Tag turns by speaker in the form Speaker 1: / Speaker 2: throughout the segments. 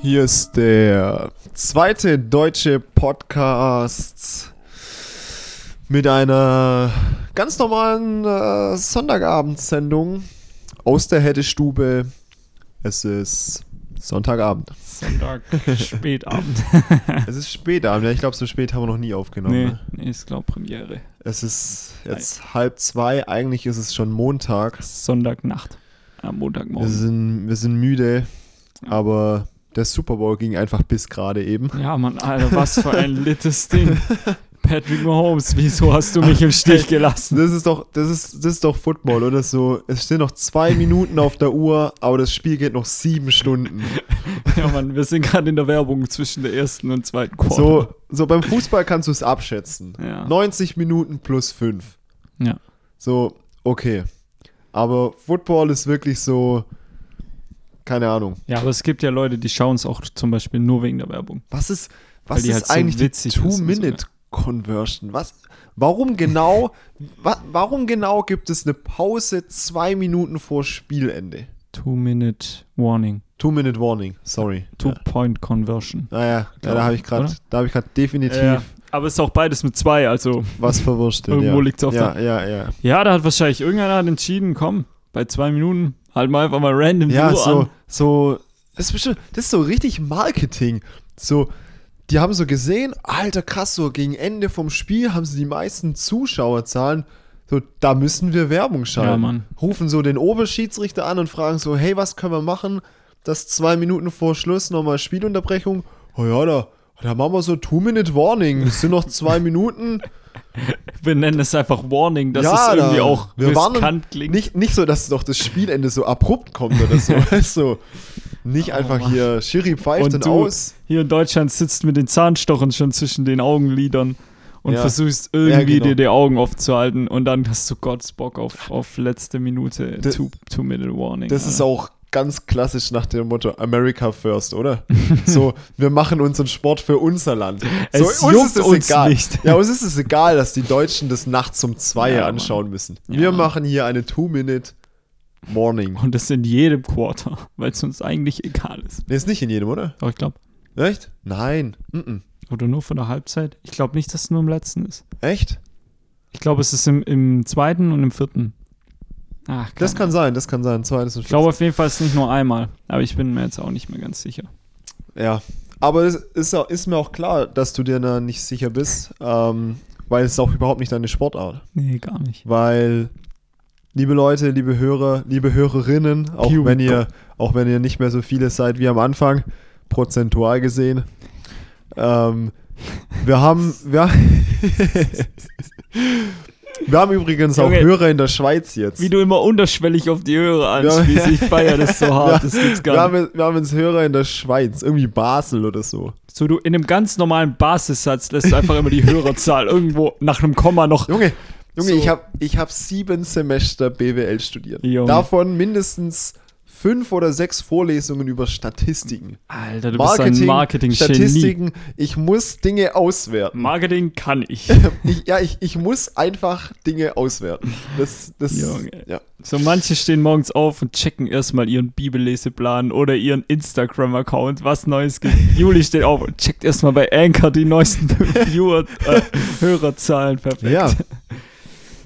Speaker 1: Hier ist der zweite deutsche Podcast mit einer ganz normalen äh, Sonntagabendsendung aus der Heddestube. Es ist Sonntagabend.
Speaker 2: Sonntag, Spätabend.
Speaker 1: Es ist Spätabend. Ja, Ich glaube, so spät haben wir noch nie aufgenommen.
Speaker 2: nee,
Speaker 1: Ne?
Speaker 2: nee, ist glaub Premiere.
Speaker 1: Es ist jetzt halb zwei. Eigentlich ist es schon Montag.
Speaker 2: Sonntagnacht. Am
Speaker 1: Wir
Speaker 2: Montagmorgen.
Speaker 1: sind, wir sind müde, aber der Super Bowl ging einfach bis gerade eben.
Speaker 2: Ja, Mann, Alter, was für ein littes Ding. Patrick Mahomes, wieso hast du mich im Stich gelassen?
Speaker 1: Das ist doch, das ist, das ist doch Football, oder? So, es stehen noch zwei Minuten auf der Uhr, aber das Spiel geht noch sieben Stunden.
Speaker 2: Ja, Mann, wir sind gerade in der Werbung zwischen der ersten und zweiten Quarter.
Speaker 1: So, so beim Fußball kannst du es abschätzen.
Speaker 2: Ja.
Speaker 1: 90 Minuten plus fünf.
Speaker 2: Ja.
Speaker 1: So, okay. Aber Football ist wirklich so, keine Ahnung.
Speaker 2: ja, aber es gibt ja Leute, die schauen es auch zum Beispiel nur wegen der Werbung.
Speaker 1: Was ist,
Speaker 2: Weil
Speaker 1: was
Speaker 2: die
Speaker 1: ist
Speaker 2: halt so
Speaker 1: eigentlich die
Speaker 2: witzig ist und so,
Speaker 1: Two-Minute-Conversion? Was? Warum genau, wa, warum genau gibt es eine Pause zwei Minuten vor Spielende?
Speaker 2: Two-Minute Warning.
Speaker 1: Two-Minute-Warning, sorry.
Speaker 2: Two-Point Conversion.
Speaker 1: Naja, Ah ja,
Speaker 2: Glaub
Speaker 1: da habe ich
Speaker 2: ich,
Speaker 1: gerade,
Speaker 2: oder?
Speaker 1: da habe ich gerade definitiv
Speaker 2: Ja, aber es ist auch beides mit zwei, also.
Speaker 1: was verwurscht.
Speaker 2: Irgendwo
Speaker 1: ja.
Speaker 2: liegt's auf
Speaker 1: ja, ja, ja,
Speaker 2: Ja, da hat wahrscheinlich irgendeiner hat entschieden, komm, bei zwei Minuten halt mal einfach mal random die
Speaker 1: ja.
Speaker 2: Uhr
Speaker 1: So,
Speaker 2: an.
Speaker 1: so, das ist bestimmt, das ist so richtig Marketing. So, die haben so gesehen, alter krass, so gegen Ende vom Spiel haben sie die meisten Zuschauerzahlen. So, da müssen wir Werbung schalten.
Speaker 2: Ja, Mann.
Speaker 1: Rufen so den Oberschiedsrichter an und fragen so, hey, was können wir machen, dass zwei Minuten vor Schluss nochmal Spielunterbrechung? Oh ja, da, da machen wir so Two-Minute-Warning. Es sind noch zwei Minuten.
Speaker 2: Wir nennen es einfach Warning, dass es irgendwie
Speaker 1: da-
Speaker 2: auch
Speaker 1: wir waren
Speaker 2: riskant klingt.
Speaker 1: Nicht, nicht so, dass doch das Spielende so abrupt kommt oder so. weißt du? Nicht einfach hier, Schiri pfeift
Speaker 2: Oh Und
Speaker 1: und
Speaker 2: du
Speaker 1: aus.
Speaker 2: hier in Deutschland sitzt mit den Zahnstochern schon zwischen den Augenlidern und
Speaker 1: Ja.
Speaker 2: versuchst irgendwie
Speaker 1: Ja, genau.
Speaker 2: dir die Augen aufzuhalten und dann hast du Gottes Bock auf, auf letzte Minute
Speaker 1: Das-
Speaker 2: Two- Two-Minute-Warning.
Speaker 1: Das ist auch ganz klassisch nach dem Motto America first, oder? so, wir machen unseren Sport für unser Land. So,
Speaker 2: Es juckt uns nicht.
Speaker 1: Ja, uns ist es egal, dass die Deutschen das nachts um zwei
Speaker 2: Ja,
Speaker 1: anschauen müssen.
Speaker 2: Ja,
Speaker 1: wir
Speaker 2: Mann.
Speaker 1: machen hier eine Two-Minute Morning.
Speaker 2: und das in jedem Quarter, weil es uns eigentlich egal ist.
Speaker 1: Nee, ist nicht in jedem, oder?
Speaker 2: Aber ich glaube,
Speaker 1: Echt? Nein. Mhm.
Speaker 2: oder nur von der Halbzeit. Ich glaube nicht, dass es nur im letzten ist.
Speaker 1: Echt?
Speaker 2: Ich glaube, es ist im, im zweiten und im vierten. Ach,
Speaker 1: Das
Speaker 2: keine
Speaker 1: kann sein, das kann sein. Zweites und
Speaker 2: Ich glaube auf jeden Fall ist es nicht nur einmal, aber ich bin mir jetzt auch nicht mehr ganz sicher.
Speaker 1: Ja, aber es ist, auch- ist mir auch klar, dass du dir da nicht sicher bist, ähm, weil es ist auch überhaupt nicht deine Sportart.
Speaker 2: Nee, gar nicht.
Speaker 1: Weil, liebe Leute, liebe Hörer, liebe Hörerinnen, auch
Speaker 2: Here we
Speaker 1: wenn, ihr, auch wenn ihr nicht mehr so viele seid wie am Anfang, prozentual gesehen, ähm, wir haben. Wir, wir haben übrigens auch
Speaker 2: Junge.
Speaker 1: Hörer in der Schweiz jetzt.
Speaker 2: Wie du immer unterschwellig auf die Hörer
Speaker 1: Wir haben-
Speaker 2: anspielst, ich feiere das so hart, das gibt's
Speaker 1: wir,
Speaker 2: gar nicht.
Speaker 1: haben, wir haben jetzt Hörer in der Schweiz, irgendwie Basel oder so.
Speaker 2: So, du in einem ganz normalen Basissatz lässt du einfach immer die Hörerzahl irgendwo nach einem Komma noch.
Speaker 1: Junge, Junge,
Speaker 2: So.
Speaker 1: ich habe ich hab sieben Semester BWL studiert.
Speaker 2: Junge.
Speaker 1: Davon mindestens fünf oder sechs Vorlesungen über Statistiken.
Speaker 2: Alter, du bist ein Marketing-Genie.
Speaker 1: Statistiken, ich muss Dinge auswerten.
Speaker 2: Marketing kann ich.
Speaker 1: Ich, ja, ich, ich muss einfach Dinge auswerten. Das, das,
Speaker 2: Junge.
Speaker 1: ja.
Speaker 2: So, manche stehen morgens auf und checken erstmal ihren Bibelleseplan oder ihren Instagram-Account, was Neues gibt. Juli steht auf und checkt erstmal bei Anchor die neuesten Viewer, äh, Hörerzahlen. Perfekt.
Speaker 1: Ja.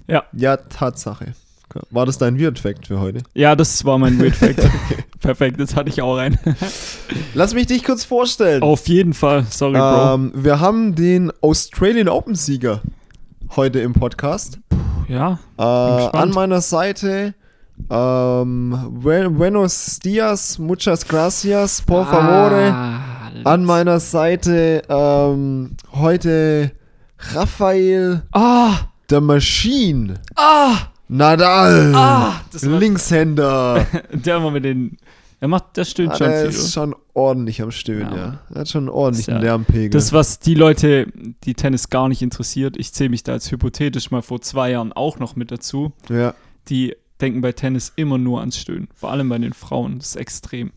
Speaker 2: Ja.
Speaker 1: Ja, Tatsache. War das dein Weird-Fact für heute?
Speaker 2: Ja, das war mein Weird Fact. Perfekt, jetzt hatte ich auch einen.
Speaker 1: Lass mich dich kurz vorstellen.
Speaker 2: Auf jeden Fall, sorry, Bro.
Speaker 1: ähm, wir haben den Australian Open-Sieger heute im Podcast.
Speaker 2: Ja,
Speaker 1: Äh,
Speaker 2: gespannt.
Speaker 1: an meiner Seite ähm, buen- Buenos dias, muchas gracias,
Speaker 2: Ah,
Speaker 1: por favor. An meiner Seite ähm, heute Rafael
Speaker 2: Ah,
Speaker 1: the Machine
Speaker 2: ah,
Speaker 1: Nadal,
Speaker 2: Ah, das war-
Speaker 1: Linkshänder.
Speaker 2: der immer mit den. Er macht, der stöhnt
Speaker 1: Ah,
Speaker 2: schon
Speaker 1: der
Speaker 2: viel.
Speaker 1: ist
Speaker 2: oder?
Speaker 1: schon ordentlich am Stöhnen,
Speaker 2: Ja,
Speaker 1: ja. Er hat schon ordentlich
Speaker 2: Ist ja-
Speaker 1: einen Lärmpegel.
Speaker 2: Das, was die Leute, die Tennis gar nicht interessiert, ich zähle mich da als hypothetisch mal vor zwei Jahren auch noch mit dazu,
Speaker 1: ja.
Speaker 2: die denken bei Tennis immer nur ans Stöhnen. Vor allem bei den Frauen, das ist extrem.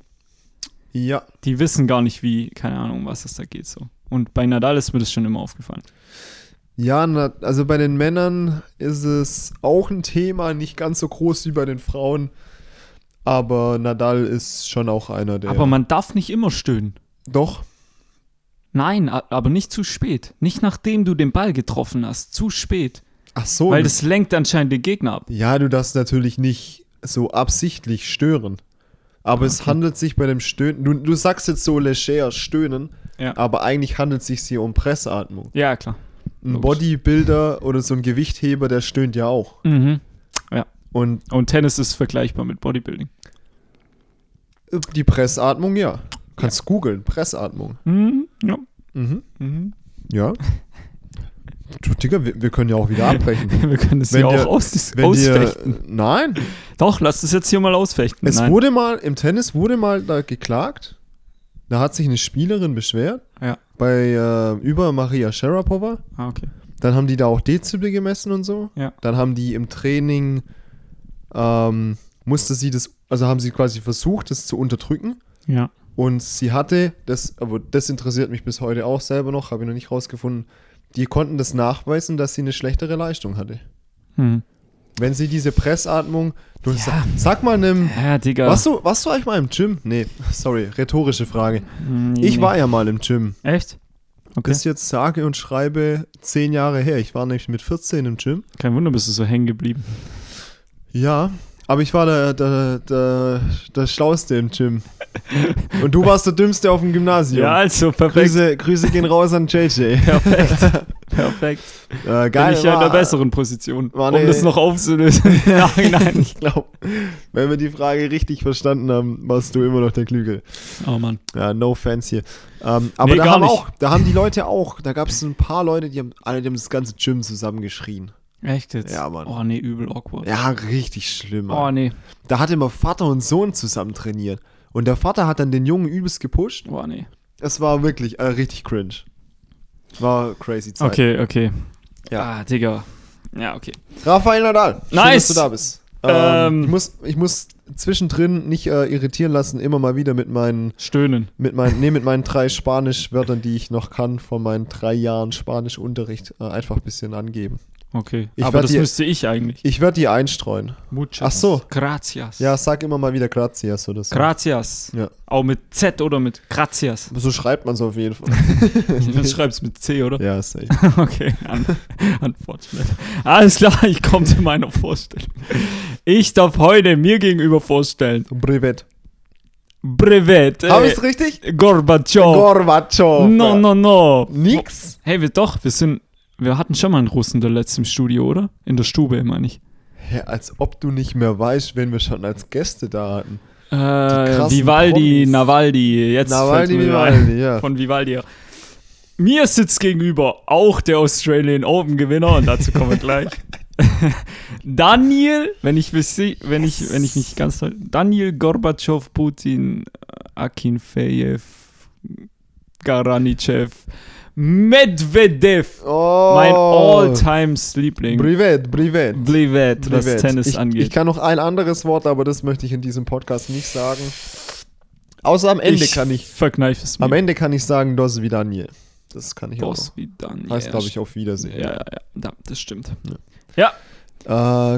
Speaker 1: ja,
Speaker 2: Die wissen gar nicht, wie, keine Ahnung, was es da geht so. Und bei Nadal ist mir das schon immer aufgefallen.
Speaker 1: ja, na, also bei den Männern ist es auch ein Thema, nicht ganz so groß wie bei den Frauen. Aber Nadal ist schon auch einer der.
Speaker 2: Aber man darf nicht immer stöhnen.
Speaker 1: Doch.
Speaker 2: Nein, a- aber nicht zu spät. Nicht nachdem du den Ball getroffen hast. Zu spät.
Speaker 1: Ach so.
Speaker 2: Weil das lenkt anscheinend den Gegner ab.
Speaker 1: ja, du darfst natürlich nicht so absichtlich stören.
Speaker 2: Ah,
Speaker 1: Aber es handelt sich bei dem Stöhnen, du, du sagst jetzt so leger stöhnen,
Speaker 2: Ja.
Speaker 1: aber eigentlich handelt es sich hier um Pressatmung.
Speaker 2: Ja, klar.
Speaker 1: Ein
Speaker 2: Logisch.
Speaker 1: Bodybuilder oder so ein Gewichtheber, der stöhnt ja auch.
Speaker 2: Mhm.
Speaker 1: Und
Speaker 2: Und Tennis ist vergleichbar mit Bodybuilding.
Speaker 1: die Pressatmung, ja. Kannst googeln, Pressatmung.
Speaker 2: Mhm. Ja.
Speaker 1: Mhm.
Speaker 2: Mhm.
Speaker 1: Ja. Du, Digga, wir, wir können ja auch wieder abbrechen.
Speaker 2: Wir können es
Speaker 1: Wenn
Speaker 2: ja auch
Speaker 1: dir-
Speaker 2: aus
Speaker 1: Wenn dir,
Speaker 2: ausfechten.
Speaker 1: nein,
Speaker 2: Doch, lass es jetzt hier mal ausfechten.
Speaker 1: es
Speaker 2: Nein.
Speaker 1: wurde mal, im Tennis wurde mal da geklagt. Da hat sich eine Spielerin beschwert
Speaker 2: Ja.
Speaker 1: bei äh, über Maria Sharapova.
Speaker 2: Ah, okay.
Speaker 1: Dann haben die da auch Dezibel gemessen und so.
Speaker 2: Ja.
Speaker 1: Dann haben die im Training, ähm, musste sie das, also haben sie quasi versucht, das zu unterdrücken.
Speaker 2: Ja.
Speaker 1: Und sie hatte, das, aber das interessiert mich bis heute auch selber noch, habe ich noch nicht rausgefunden, die konnten das nachweisen, dass sie eine schlechtere Leistung hatte.
Speaker 2: Hm.
Speaker 1: Wenn sie diese Pressatmung, du
Speaker 2: Ja.
Speaker 1: sag, sag mal einem,
Speaker 2: Ja, Digga.
Speaker 1: warst, du, warst du eigentlich mal im Gym? Nee, sorry, rhetorische Frage.
Speaker 2: Hm, nee,
Speaker 1: Ich
Speaker 2: nee.
Speaker 1: war ja mal im Gym.
Speaker 2: Echt? Okay.
Speaker 1: Bis jetzt sage und schreibe zehn Jahre her. Ich war nämlich mit 14 im Gym.
Speaker 2: Kein Wunder, bist du so hängen geblieben.
Speaker 1: Ja, aber ich war der, der, der, der Schlauste im Gym. Und du warst der Dümmste auf dem Gymnasium.
Speaker 2: Ja, also perfekt.
Speaker 1: Grüße, Grüße gehen raus an JJ.
Speaker 2: Perfekt. perfekt.
Speaker 1: Äh,
Speaker 2: Bin
Speaker 1: geil,
Speaker 2: ich ja in
Speaker 1: war-
Speaker 2: der besseren Position,
Speaker 1: war ne-
Speaker 2: um
Speaker 1: eine-
Speaker 2: das noch aufzulösen. nein, nein.
Speaker 1: Ich glaube, wenn wir die Frage richtig verstanden haben, warst du immer noch der Klügere.
Speaker 2: Oh Mann.
Speaker 1: Ja, no fans hier. Ähm, aber
Speaker 2: Nee,
Speaker 1: da,
Speaker 2: gar
Speaker 1: haben
Speaker 2: nicht.
Speaker 1: auch, da haben die Leute auch, da gab es ein paar Leute, die haben alle die haben das ganze Gym zusammengeschrien.
Speaker 2: Echt jetzt?
Speaker 1: Ja, Mann.
Speaker 2: Oh nee, übel awkward.
Speaker 1: Ja, richtig schlimm. Mann.
Speaker 2: Oh nee.
Speaker 1: Da hat immer Vater und Sohn zusammen trainiert. Und der Vater hat dann den Jungen übelst gepusht.
Speaker 2: Oh nee.
Speaker 1: Es war wirklich äh, richtig cringe. War crazy Zeit.
Speaker 2: Okay, okay.
Speaker 1: Ja.
Speaker 2: Ah, Digga. Ja, okay.
Speaker 1: Raphael Nadal, schön,
Speaker 2: Nice.
Speaker 1: dass du da bist.
Speaker 2: Ähm.
Speaker 1: ich, muss, ich muss zwischendrin nicht äh, irritieren lassen, immer mal wieder mit meinen,
Speaker 2: Stöhnen.
Speaker 1: mit meinen, nee, mit meinen drei Spanischwörtern, die ich noch kann, von meinen drei Jahren Spanischunterricht äh, einfach ein bisschen angeben.
Speaker 2: Okay.
Speaker 1: Ich
Speaker 2: Aber
Speaker 1: werd
Speaker 2: das
Speaker 1: dir-
Speaker 2: müsste ich eigentlich.
Speaker 1: Ich werde die einstreuen.
Speaker 2: Muchas.
Speaker 1: Ach so.
Speaker 2: Gracias.
Speaker 1: Ja, sag immer mal wieder gracias oder so.
Speaker 2: Gracias.
Speaker 1: Ja.
Speaker 2: Auch mit Z oder mit Gracias.
Speaker 1: so schreibt man es auf jeden Fall.
Speaker 2: Dann schreibst mit C, oder?
Speaker 1: ja, safe.
Speaker 2: Okay, un unfortunate. Alles klar, ich komme zu meiner Vorstellung. Ich darf heute mir gegenüber vorstellen.
Speaker 1: Brevet.
Speaker 2: Brevet.
Speaker 1: Hab
Speaker 2: Äh,
Speaker 1: ich's richtig?
Speaker 2: Gorbatschow.
Speaker 1: Gorbatschow.
Speaker 2: no, no, no.
Speaker 1: Nix?
Speaker 2: Hey, wir doch, wir sind. Wir hatten schon mal einen Russen der letzten im Studio, oder? In der Stube, meine ich.
Speaker 1: Ja, als ob du nicht mehr weißt, wen wir schon als Gäste da hatten.
Speaker 2: Äh,
Speaker 1: krassen
Speaker 2: Vivaldi,
Speaker 1: Promis.
Speaker 2: Navaldi. Jetzt
Speaker 1: Nawalny,
Speaker 2: fällt's mir wieder ein.
Speaker 1: Nawalny, ja.
Speaker 2: Von Vivaldi. her. Mir sitzt gegenüber auch der Australian Open Gewinner und dazu kommen wir gleich. Daniel, wenn ich, wüsste- wenn ich, wenn ich mich ganz Daniel Gorbatschow, Putin, äh, Akinfejew, Garanichev, Medvedev,
Speaker 1: Oh.
Speaker 2: mein All-Times-Liebling.
Speaker 1: Privet, Privet.
Speaker 2: Blivet, was
Speaker 1: Privet.
Speaker 2: Tennis
Speaker 1: ich,
Speaker 2: angeht.
Speaker 1: Ich kann noch ein anderes Wort, aber das möchte ich in diesem Podcast nicht sagen. Außer am Ende kann ich.
Speaker 2: Verkneif es mir.
Speaker 1: Am Ende kann ich sagen, dos vidaniel. Das kann ich
Speaker 2: Boss wie dann.
Speaker 1: auch. Noch. Heißt, glaube ich, auf
Speaker 2: Ja,
Speaker 1: Wiedersehen.
Speaker 2: ja, ja, da- das stimmt.
Speaker 1: Äh,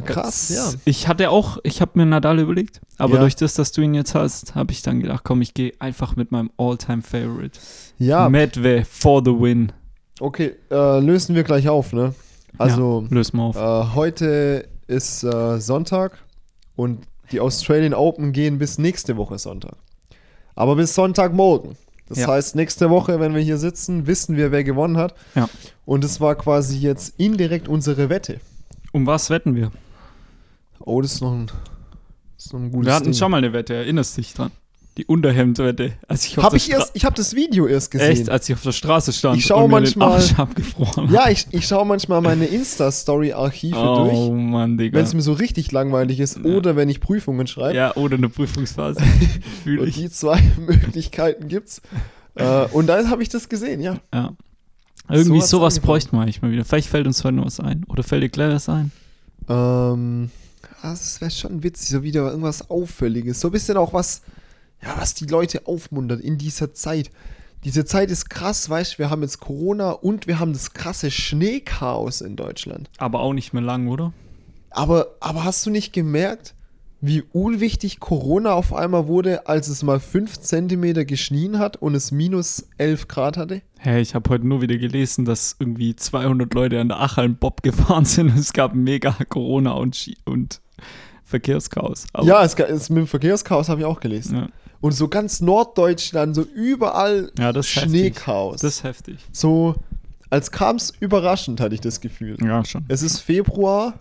Speaker 1: krass, ja.
Speaker 2: Ich hatte auch, ich habe mir Nadal überlegt, aber
Speaker 1: Ja.
Speaker 2: durch das, dass du ihn jetzt hast, habe ich dann gedacht, komm, ich gehe einfach mit meinem All-Time-Favorite.
Speaker 1: Ja,
Speaker 2: Medvedev for the win.
Speaker 1: okay, äh, lösen wir gleich auf, ne? Also,
Speaker 2: Lösen wir auf.
Speaker 1: äh, heute ist äh, Sonntag und die Australian Open gehen bis nächste Woche Sonntag. Aber bis Sonntagmorgen. Das
Speaker 2: Ja.
Speaker 1: heißt, nächste Woche, wenn wir hier sitzen, wissen wir, wer gewonnen hat.
Speaker 2: Ja.
Speaker 1: Und es war quasi jetzt indirekt unsere Wette.
Speaker 2: Um was wetten wir?
Speaker 1: Oh, das ist noch ein, das ist noch ein gutes
Speaker 2: wir hatten
Speaker 1: Ding.
Speaker 2: schon mal eine Wette, erinnerst dich dran? Die Unterhemdwette. Als ich auf
Speaker 1: Hab
Speaker 2: der
Speaker 1: ich erst, ich habe das Video erst
Speaker 2: Stra- Echt,
Speaker 1: gesehen.
Speaker 2: als ich auf der Straße stand
Speaker 1: Ich schau
Speaker 2: und mir
Speaker 1: manchmal-
Speaker 2: den Arsch abgefroren
Speaker 1: Ja, ich, ich schaue manchmal meine Insta-Story-Archive
Speaker 2: habe.
Speaker 1: durch,
Speaker 2: Also- Oh Mann, Digga.
Speaker 1: wenn es mir so richtig langweilig ist oder wenn ich Prüfungen schreibe.
Speaker 2: Ja, oder eine Prüfungsphase. Fühle
Speaker 1: Und
Speaker 2: ich.
Speaker 1: die zwei Möglichkeiten gibt's. Äh, und dann habe ich das gesehen, ja.
Speaker 2: Ja. Irgendwie
Speaker 1: hat's
Speaker 2: sowas
Speaker 1: angefangen.
Speaker 2: bräuchten wir eigentlich mal wieder. Vielleicht fällt uns heute noch was ein. Oder fällt dir gleich was ein?
Speaker 1: Ähm, das wäre schon witzig, so wieder irgendwas Auffälliges. So ein bisschen auch was, ja, was die Leute aufmuntert in dieser Zeit. Diese Zeit ist krass, weißt du, wir haben jetzt Corona und wir haben das krasse Schneechaos in Deutschland.
Speaker 2: Aber auch nicht mehr lang, oder?
Speaker 1: Aber, aber hast du nicht gemerkt, wie unwichtig Corona auf einmal wurde, als es mal 5 cm geschnien hat und es minus 11 Grad hatte?
Speaker 2: Hey, ich habe heute nur wieder gelesen, dass irgendwie 200 Leute an der Achalm Bob gefahren sind und es gab mega Corona und, Schi- und Verkehrschaos. Aber-
Speaker 1: ja, es, ga- es, mit dem Verkehrschaos habe ich auch gelesen.
Speaker 2: ja.
Speaker 1: Und so ganz Norddeutschland, so überall
Speaker 2: Ja, das ist
Speaker 1: Schneechaos.
Speaker 2: Das ist heftig.
Speaker 1: so, als kam es überraschend, hatte ich das Gefühl.
Speaker 2: Ja, schon.
Speaker 1: Es ist Februar,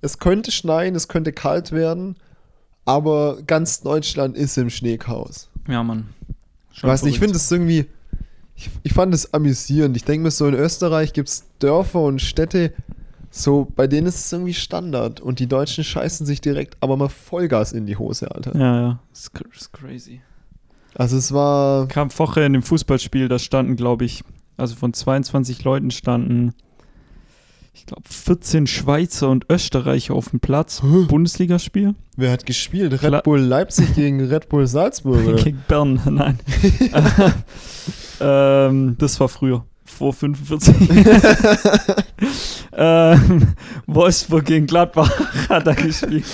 Speaker 1: es könnte schneien, es könnte kalt werden, aber ganz Deutschland ist im Schneechaos.
Speaker 2: Ja, Mann.
Speaker 1: Ich weiß nicht, ich finde es irgendwie. Ich, ich fand es amüsierend. Ich denke mir so, in Österreich gibt es Dörfer und Städte, so bei denen ist es irgendwie Standard. Und die Deutschen scheißen sich direkt aber mal Vollgas in die Hose, Alter.
Speaker 2: Ja, ja. Das ist, cr- ist crazy.
Speaker 1: Also es war.
Speaker 2: Kam vorher in dem Fußballspiel, da standen, glaube ich, also von 22 Leuten standen, ich glaube, 14 Schweizer und Österreicher auf dem Platz. Bundesligaspiel.
Speaker 1: Wer hat gespielt? Red
Speaker 2: Klar.
Speaker 1: Bull Leipzig gegen Red Bull Salzburg. Oder?
Speaker 2: Gegen Bern, nein. ähm, das war früher, vor 45. ähm, Wolfsburg gegen Gladbach hat er gespielt.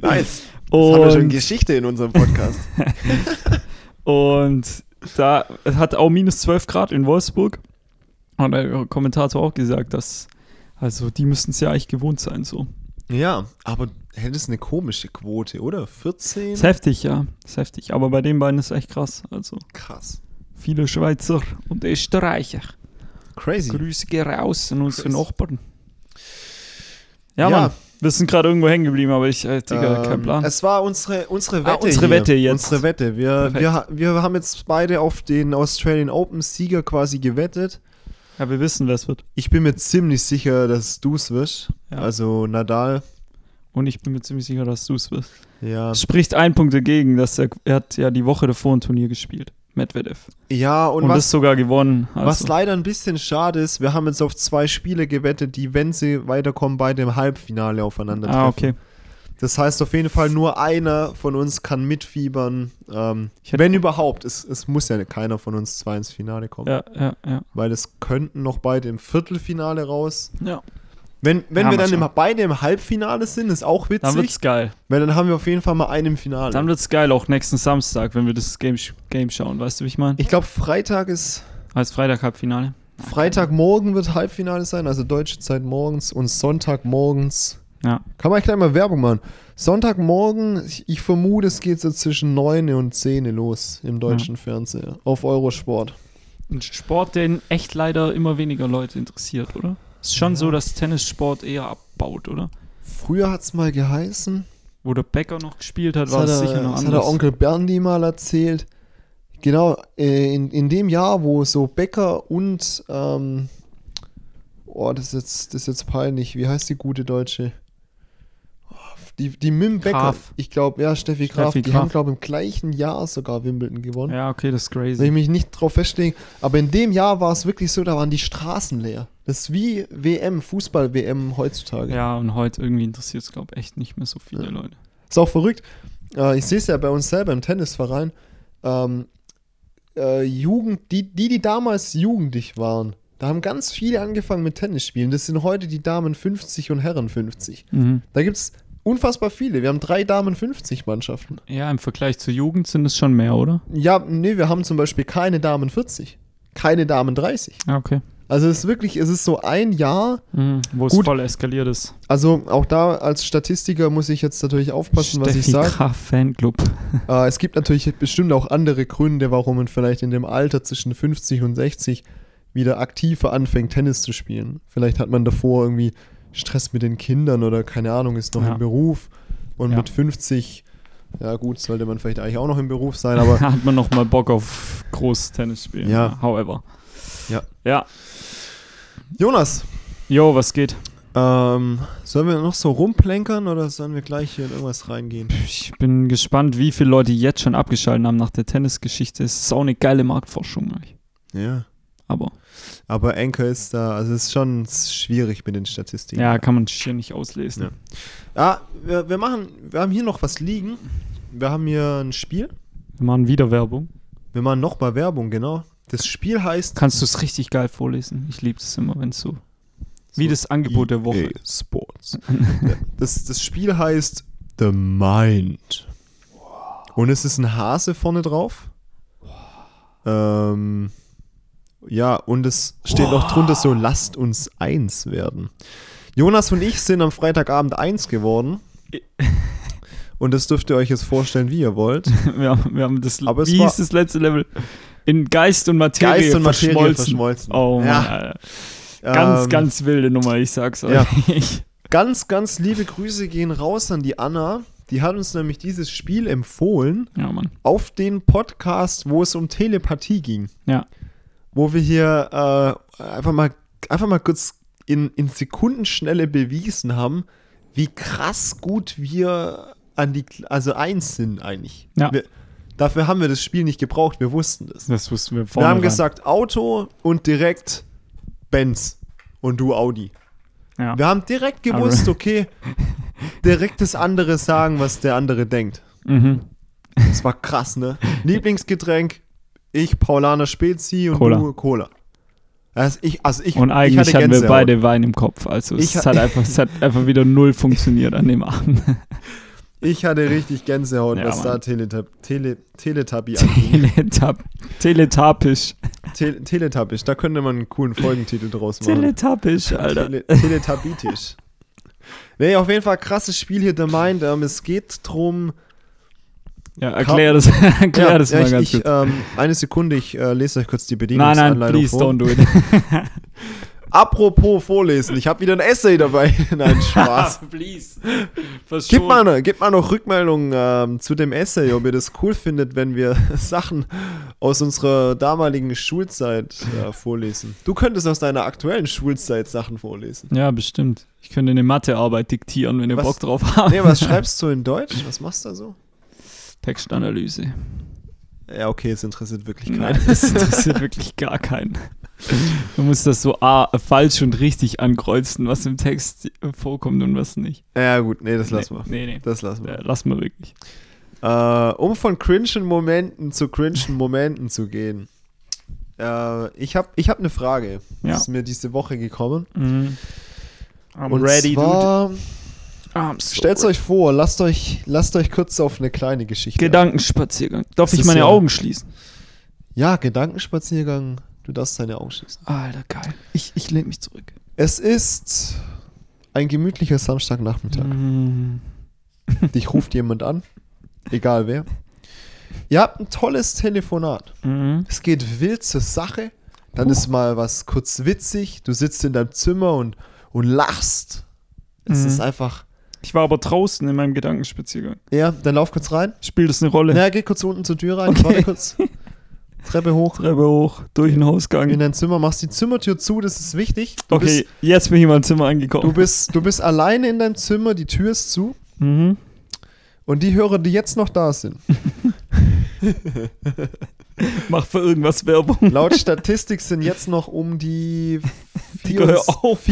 Speaker 1: Nice. Das haben wir schon
Speaker 2: Und,
Speaker 1: Geschichte in unserem Podcast.
Speaker 2: und da es hat auch minus 12 Grad in Wolfsburg. Hat der Kommentator auch gesagt, dass, also die müssten es ja eigentlich gewohnt sein, so.
Speaker 1: Mhm. ja, aber hättest eine komische Quote, oder? 14?
Speaker 2: Ist heftig, ja. Ist heftig. Aber bei den beiden ist echt krass. Also
Speaker 1: Krass.
Speaker 2: viele Schweizer und Österreicher.
Speaker 1: Mhm. Crazy.
Speaker 2: Grüße gehen raus an unsere
Speaker 1: Grüß.
Speaker 2: Nachbarn. Ja,
Speaker 1: Ja.
Speaker 2: Mann. Wir sind gerade irgendwo hängen geblieben, aber ich, äh, Digga,
Speaker 1: Ähm,
Speaker 2: kein Plan.
Speaker 1: Es war unsere, unsere Wette.
Speaker 2: Ah, unsere
Speaker 1: hier.
Speaker 2: Wette jetzt.
Speaker 1: Unsere Wette. Wir,
Speaker 2: Perfekt.
Speaker 1: wir, ha- wir haben jetzt beide auf den Australian Open Sieger quasi gewettet.
Speaker 2: Ja, wir wissen, wer es wird.
Speaker 1: Ich bin mir ziemlich sicher, dass du es wirst.
Speaker 2: Ja.
Speaker 1: Also Nadal.
Speaker 2: Und ich bin mir ziemlich sicher, dass du es wirst.
Speaker 1: Ja.
Speaker 2: Es spricht ein Punkt dagegen, dass er, er hat ja die Woche davor ein Turnier gespielt. Medvedev.
Speaker 1: Ja,
Speaker 2: Und,
Speaker 1: und,
Speaker 2: das
Speaker 1: was,
Speaker 2: sogar gewonnen.
Speaker 1: was
Speaker 2: Also,
Speaker 1: leider ein bisschen schade ist, wir haben jetzt auf zwei Spiele gewettet, die, wenn sie weiterkommen, beide im Halbfinale aufeinander
Speaker 2: ah,
Speaker 1: treffen.
Speaker 2: okay.
Speaker 1: Das heißt auf jeden Fall, nur einer von uns kann mitfiebern. Ähm,
Speaker 2: Ich hätte-
Speaker 1: wenn überhaupt. Es, es muss ja keiner von uns zwei ins Finale kommen.
Speaker 2: Ja, ja, ja.
Speaker 1: weil es könnten noch beide im Viertelfinale raus.
Speaker 2: ja.
Speaker 1: Wenn, wenn
Speaker 2: Ja,
Speaker 1: wir
Speaker 2: mal
Speaker 1: dann im,
Speaker 2: schauen.
Speaker 1: beide im Halbfinale sind, ist auch
Speaker 2: Dann
Speaker 1: witzig,
Speaker 2: wird's geil.
Speaker 1: weil dann haben wir auf jeden Fall mal einen im Finale.
Speaker 2: Dann wird's geil, auch nächsten Samstag, wenn wir das Game, sch- Game schauen. Weißt du, wie ich meine?
Speaker 1: ich glaube, Freitag ist
Speaker 2: Als Freitag-Halbfinale.
Speaker 1: Freitagmorgen wird Halbfinale sein, also deutsche Zeit morgens und Sonntagmorgens.
Speaker 2: Ja.
Speaker 1: Kann man gleich mal Werbung machen. Sonntagmorgen, ich, ich vermute, es geht so zwischen 9 und 10 los im deutschen Fernseher auf Eurosport.
Speaker 2: Ein Sport, den echt leider immer weniger Leute interessiert, oder? Ist schon
Speaker 1: Ja.
Speaker 2: so, dass Tennissport eher abbaut, oder?
Speaker 1: Früher hat es mal geheißen,
Speaker 2: Wo der Becker noch gespielt hat,
Speaker 1: Das
Speaker 2: war
Speaker 1: hat,
Speaker 2: es
Speaker 1: er,
Speaker 2: sicher noch
Speaker 1: das hat der
Speaker 2: anders.
Speaker 1: Onkel Berndi mal erzählt. Genau, äh, in, in dem Jahr, wo so Becker und ähm, oh, das ist jetzt, das ist jetzt peinlich. Wie heißt die gute Deutsche? Oh, Die, die Mim Becker,
Speaker 2: Graf.
Speaker 1: ich glaube, ja, Steffi Graf,
Speaker 2: Steffi
Speaker 1: die
Speaker 2: Graf.
Speaker 1: haben, glaube im gleichen Jahr sogar Wimbledon gewonnen.
Speaker 2: ja, okay, das ist
Speaker 1: Will
Speaker 2: crazy.
Speaker 1: ich mich nicht drauf festlegen, aber in dem Jahr war es wirklich so, da waren die Straßen leer. Das ist wie WM, Fußball-WM heutzutage.
Speaker 2: Ja, und heute irgendwie interessiert es, glaube ich, echt nicht mehr so viele Leute.
Speaker 1: Ist auch verrückt. Äh, ich sehe es ja bei uns selber im Tennisverein. Ähm, äh, Jugend, die, die, die damals jugendlich waren, da haben ganz viele angefangen mit Tennis spielen. Das sind heute die Damen 50 und Herren 50.
Speaker 2: Mhm.
Speaker 1: Da gibt es unfassbar viele. Wir haben drei Damen 50 Mannschaften.
Speaker 2: Ja, im Vergleich zur Jugend sind es schon mehr, oder?
Speaker 1: Ja, nee, wir haben zum Beispiel keine Damen 40, keine Damen 30.
Speaker 2: Ja, okay.
Speaker 1: Also es ist wirklich, es ist so ein Jahr.
Speaker 2: Mhm. Wo es
Speaker 1: Gut.
Speaker 2: voll eskaliert ist.
Speaker 1: Also auch da als Statistiker muss ich jetzt natürlich aufpassen, was ich
Speaker 2: Steffi
Speaker 1: sage.
Speaker 2: Graf Fanclub.
Speaker 1: Äh, es gibt natürlich bestimmt auch andere Gründe, warum man vielleicht in dem Alter zwischen 50 und 60 wieder aktiver anfängt, Tennis zu spielen. Vielleicht hat man davor irgendwie Stress mit den Kindern oder keine Ahnung, ist noch
Speaker 2: Ja.
Speaker 1: im Beruf und
Speaker 2: Ja.
Speaker 1: mit 50, ja gut, sollte man vielleicht eigentlich auch noch im Beruf sein, aber
Speaker 2: hat man noch mal Bock auf großes Tennis spielen.
Speaker 1: Ja.
Speaker 2: However.
Speaker 1: Ja.
Speaker 2: Ja.
Speaker 1: Jonas,
Speaker 2: Jo, was geht?
Speaker 1: ähm, sollen wir noch so rumplänkern oder sollen wir gleich hier in irgendwas reingehen?
Speaker 2: Ich bin gespannt, wie viele Leute jetzt schon abgeschaltet haben nach der Tennisgeschichte. Es ist auch eine geile Marktforschung. eigentlich.
Speaker 1: Ja.
Speaker 2: Aber
Speaker 1: Aber Anchor ist da, also es ist schon schwierig mit den Statistiken.
Speaker 2: ja, kann man hier nicht auslesen.
Speaker 1: Ja. Ja, wir, wir machen, wir haben hier noch was liegen. Wir haben hier ein Spiel.
Speaker 2: Wir machen wieder Werbung.
Speaker 1: Wir machen nochmal Werbung, genau. Das Spiel heißt
Speaker 2: Kannst du es richtig geil vorlesen? Ich liebe es immer, wenn es so.
Speaker 1: So,
Speaker 2: Wie
Speaker 1: E
Speaker 2: das Angebot der Woche.
Speaker 1: EA Sports. das, das Spiel heißt The Mind. Und es ist ein Hase vorne drauf. Ähm, ja, und es steht noch drunter so, lasst uns eins werden. Jonas und ich sind am Freitagabend eins geworden. Und das dürft ihr euch jetzt vorstellen, wie ihr wollt.
Speaker 2: Wir haben, wir haben das,
Speaker 1: Aber es
Speaker 2: wie
Speaker 1: war-
Speaker 2: hieß das letzte Level? In Geist und Materie
Speaker 1: Geist und Materie verschmolzen.
Speaker 2: Oh Mann,
Speaker 1: Ja.
Speaker 2: Alter. Ganz,
Speaker 1: Ähm,
Speaker 2: ganz wilde Nummer, ich sag's euch.
Speaker 1: ja. Ganz, ganz liebe Grüße gehen raus an die Anna. Die hat uns nämlich dieses Spiel empfohlen
Speaker 2: ja, Mann.
Speaker 1: auf den Podcast, wo es um Telepathie ging.
Speaker 2: Ja.
Speaker 1: Wo wir hier äh, einfach, mal, einfach mal kurz in, in Sekundenschnelle bewiesen haben, wie krass gut wir an die, also eins sind eigentlich.
Speaker 2: Ja.
Speaker 1: Wir, dafür haben wir das Spiel nicht gebraucht, wir wussten das.
Speaker 2: Das wussten wir
Speaker 1: Wir
Speaker 2: vorher.
Speaker 1: haben gesagt Auto und direkt Benz und du Audi.
Speaker 2: ja.
Speaker 1: Wir haben direkt gewusst, okay, direkt das andere sagen, was der andere denkt.
Speaker 2: mhm.
Speaker 1: Das war krass, ne? Lieblingsgetränk, ich Paulaner Spezi und
Speaker 2: Cola.
Speaker 1: du Cola. Also ich, also ich,
Speaker 2: Und
Speaker 1: ich
Speaker 2: eigentlich
Speaker 1: hatte
Speaker 2: hatten wir
Speaker 1: Gänsehaut.
Speaker 2: beide Wein im Kopf. Also
Speaker 1: Ich
Speaker 2: es
Speaker 1: ha-
Speaker 2: hat, einfach, es hat einfach wieder null funktioniert an dem Abend.
Speaker 1: Ich hatte richtig Gänsehaut,
Speaker 2: Ja,
Speaker 1: was da
Speaker 2: Mann.
Speaker 1: Teletab Tele Teletubby anging.
Speaker 2: Teletab teletapisch.
Speaker 1: Tele Teletubbisch, da könnte man einen coolen Folgentitel draus machen.
Speaker 2: Teletapisch, Alter.
Speaker 1: Tele Teletabitisch. Nee, auf jeden Fall krasses Spiel hier, The Mind. Ähm, es geht drum,
Speaker 2: Ja, erklär das, erklär das mal
Speaker 1: ich,
Speaker 2: ganz
Speaker 1: ich,
Speaker 2: gut.
Speaker 1: Ähm, eine Sekunde, ich äh, lese euch kurz die
Speaker 2: Nein,
Speaker 1: Bedienungsanleitung
Speaker 2: nein, please
Speaker 1: vor.
Speaker 2: don't do it.
Speaker 1: Apropos vorlesen, ich habe wieder ein Essay dabei. nein, Spaß.
Speaker 2: please.
Speaker 1: Gib mal, ne, gib mal noch Rückmeldungen ähm, zu dem Essay, ob ihr das cool findet, wenn wir Sachen aus unserer damaligen Schulzeit äh, vorlesen. Du könntest aus deiner aktuellen Schulzeit Sachen vorlesen.
Speaker 2: Ja, bestimmt. Ich könnte eine Mathearbeit diktieren, wenn ihr
Speaker 1: Was-
Speaker 2: Bock drauf habt.
Speaker 1: Nee, was schreibst du in Deutsch? Was machst du da so?
Speaker 2: Textanalyse.
Speaker 1: Ja, okay, es interessiert wirklich
Speaker 2: Nein,
Speaker 1: keinen.
Speaker 2: das interessiert wirklich gar keinen. Du musst das so ah, falsch und richtig ankreuzen, was im Text vorkommt und was nicht.
Speaker 1: Ja, gut, nee, das lassen wir.
Speaker 2: Nee, nee.
Speaker 1: Das lassen wir.
Speaker 2: Äh, Lass mal wirklich.
Speaker 1: Äh, um von cringen Momenten zu cringen Momenten zu gehen. Äh, ich habe ich hab eine Frage.
Speaker 2: Ja.
Speaker 1: Das ist mir diese Woche gekommen.
Speaker 2: Mhm. I'm
Speaker 1: Und
Speaker 2: ready, dude.
Speaker 1: zwar,
Speaker 2: I'm so
Speaker 1: stellt
Speaker 2: ready.
Speaker 1: euch vor, lasst euch, lasst euch kurz auf eine kleine Geschichte. ein.
Speaker 2: Gedankenspaziergang. Darf
Speaker 1: Das
Speaker 2: ich
Speaker 1: ist
Speaker 2: meine
Speaker 1: ja-
Speaker 2: Augen schließen?
Speaker 1: ja, Gedankenspaziergang. Du darfst deine Augen schließen.
Speaker 2: Alter, geil. Ich, ich lehne mich zurück.
Speaker 1: Es ist ein gemütlicher Samstagnachmittag.
Speaker 2: Mhm.
Speaker 1: Dich ruft jemand an, egal wer. Ihr habt ein tolles Telefonat.
Speaker 2: Mhm.
Speaker 1: Es geht wild zur Sache. Dann ist mal was kurz witzig. Du sitzt in deinem Zimmer und, und lachst. Es
Speaker 2: Mhm.
Speaker 1: ist einfach.
Speaker 2: Ich war aber draußen in meinem Gedankenspaziergang.
Speaker 1: Ja, dann lauf kurz rein.
Speaker 2: Spielt das eine Rolle?
Speaker 1: Na, geh kurz unten zur Tür rein.
Speaker 2: Okay.
Speaker 1: Warte kurz. Treppe hoch.
Speaker 2: Treppe hoch, durch den Hausgang.
Speaker 1: In dein Zimmer. Machst die Zimmertür zu. Das ist wichtig. Du
Speaker 2: okay,
Speaker 1: Bist,
Speaker 2: jetzt bin ich in meinem Zimmer angekommen.
Speaker 1: du, bist, du bist alleine in deinem Zimmer. Die Tür ist zu.
Speaker 2: mhm.
Speaker 1: Und die Hörer, die jetzt noch da sind,
Speaker 2: Mach für irgendwas Werbung.
Speaker 1: laut Statistik sind jetzt noch um die
Speaker 2: Digga, hör
Speaker 1: 74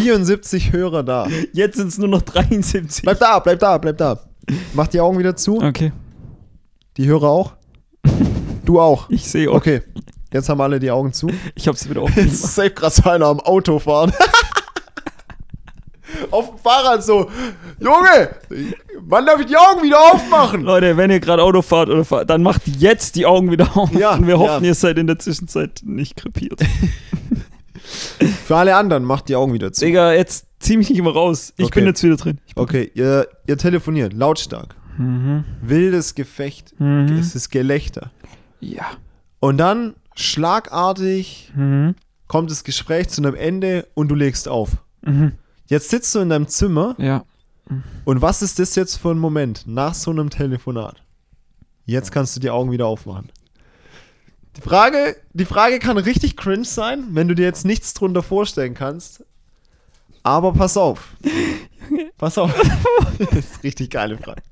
Speaker 1: 74 Hörer da.
Speaker 2: Jetzt sind es nur noch 73.
Speaker 1: Bleib da, bleib da, bleib da. Mach die Augen wieder zu.
Speaker 2: Okay,
Speaker 1: Die Hörer auch? Du auch.
Speaker 2: ich sehe auch.
Speaker 1: Okay, jetzt haben alle die Augen zu.
Speaker 2: Ich hab's wieder aufgegeben.
Speaker 1: ist safe krass einer am Auto fahren. Auf dem Fahrrad so. Junge, wann darf ich die Augen wieder aufmachen?
Speaker 2: Leute, wenn ihr gerade Auto fahrt oder fahrt, dann macht jetzt die Augen wieder auf.
Speaker 1: Ja,
Speaker 2: und wir hoffen,
Speaker 1: ja.
Speaker 2: ihr seid in der Zwischenzeit nicht krepiert.
Speaker 1: Für alle anderen, macht die Augen wieder zu.
Speaker 2: Digga, jetzt zieh mich nicht immer raus. Ich
Speaker 1: Okay.
Speaker 2: bin jetzt wieder drin.
Speaker 1: Okay, ihr, ihr telefoniert lautstark.
Speaker 2: Mhm.
Speaker 1: Wildes Gefecht.
Speaker 2: Mhm.
Speaker 1: Es ist Gelächter.
Speaker 2: Ja.
Speaker 1: Und dann schlagartig
Speaker 2: Mhm.
Speaker 1: kommt das Gespräch zu einem Ende und du legst auf.
Speaker 2: Mhm.
Speaker 1: Jetzt sitzt du in deinem Zimmer
Speaker 2: Ja.
Speaker 1: Und was ist das jetzt für ein Moment nach so einem Telefonat? Jetzt kannst du die Augen wieder aufmachen. Die Frage, die Frage kann richtig cringe sein, wenn du dir jetzt nichts drunter vorstellen kannst. Aber pass auf. Pass auf. Das ist eine richtig geile Frage.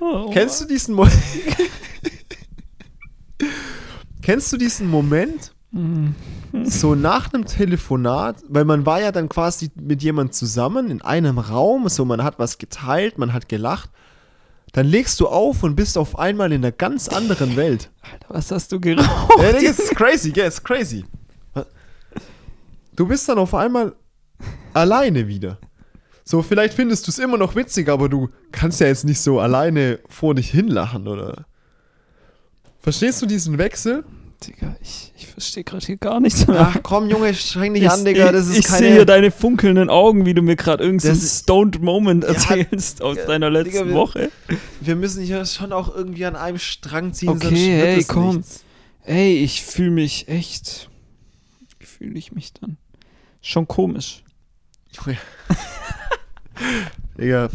Speaker 2: Oh,
Speaker 1: Kennst du diesen Moment? Kennst du diesen Moment? So nach einem Telefonat, weil man war ja dann quasi mit jemand zusammen in einem Raum, so man hat was geteilt, man hat gelacht. Dann legst du auf und bist auf einmal in einer ganz anderen Welt.
Speaker 2: Alter, was hast du geraucht?
Speaker 1: Ja, Digga, es ist crazy, gell, es ist crazy. Du bist dann auf einmal alleine wieder. So, vielleicht findest du es immer noch witzig, aber du kannst ja jetzt nicht so alleine vor dich hinlachen, oder? Verstehst du diesen Wechsel?
Speaker 2: Digga, ich, ich verstehe gerade hier gar nichts mehr.
Speaker 1: Ach komm, Junge, streng dich an, Digga. Das ist
Speaker 2: ich
Speaker 1: keine.
Speaker 2: sehe hier deine funkelnden Augen, wie du mir gerade irgendeinen
Speaker 1: Das ist-
Speaker 2: stoned Moment erzählst aus
Speaker 1: Digga,
Speaker 2: deiner letzten
Speaker 1: wir-
Speaker 2: Woche.
Speaker 1: wir müssen hier schon auch irgendwie an einem Strang ziehen.
Speaker 2: Okay,
Speaker 1: sonst wird
Speaker 2: hey,
Speaker 1: es
Speaker 2: komm.
Speaker 1: nichts.
Speaker 2: Ey, ich fühle mich echt. Wie fühle ich mich dann? Schon komisch.
Speaker 1: Junge. Digga.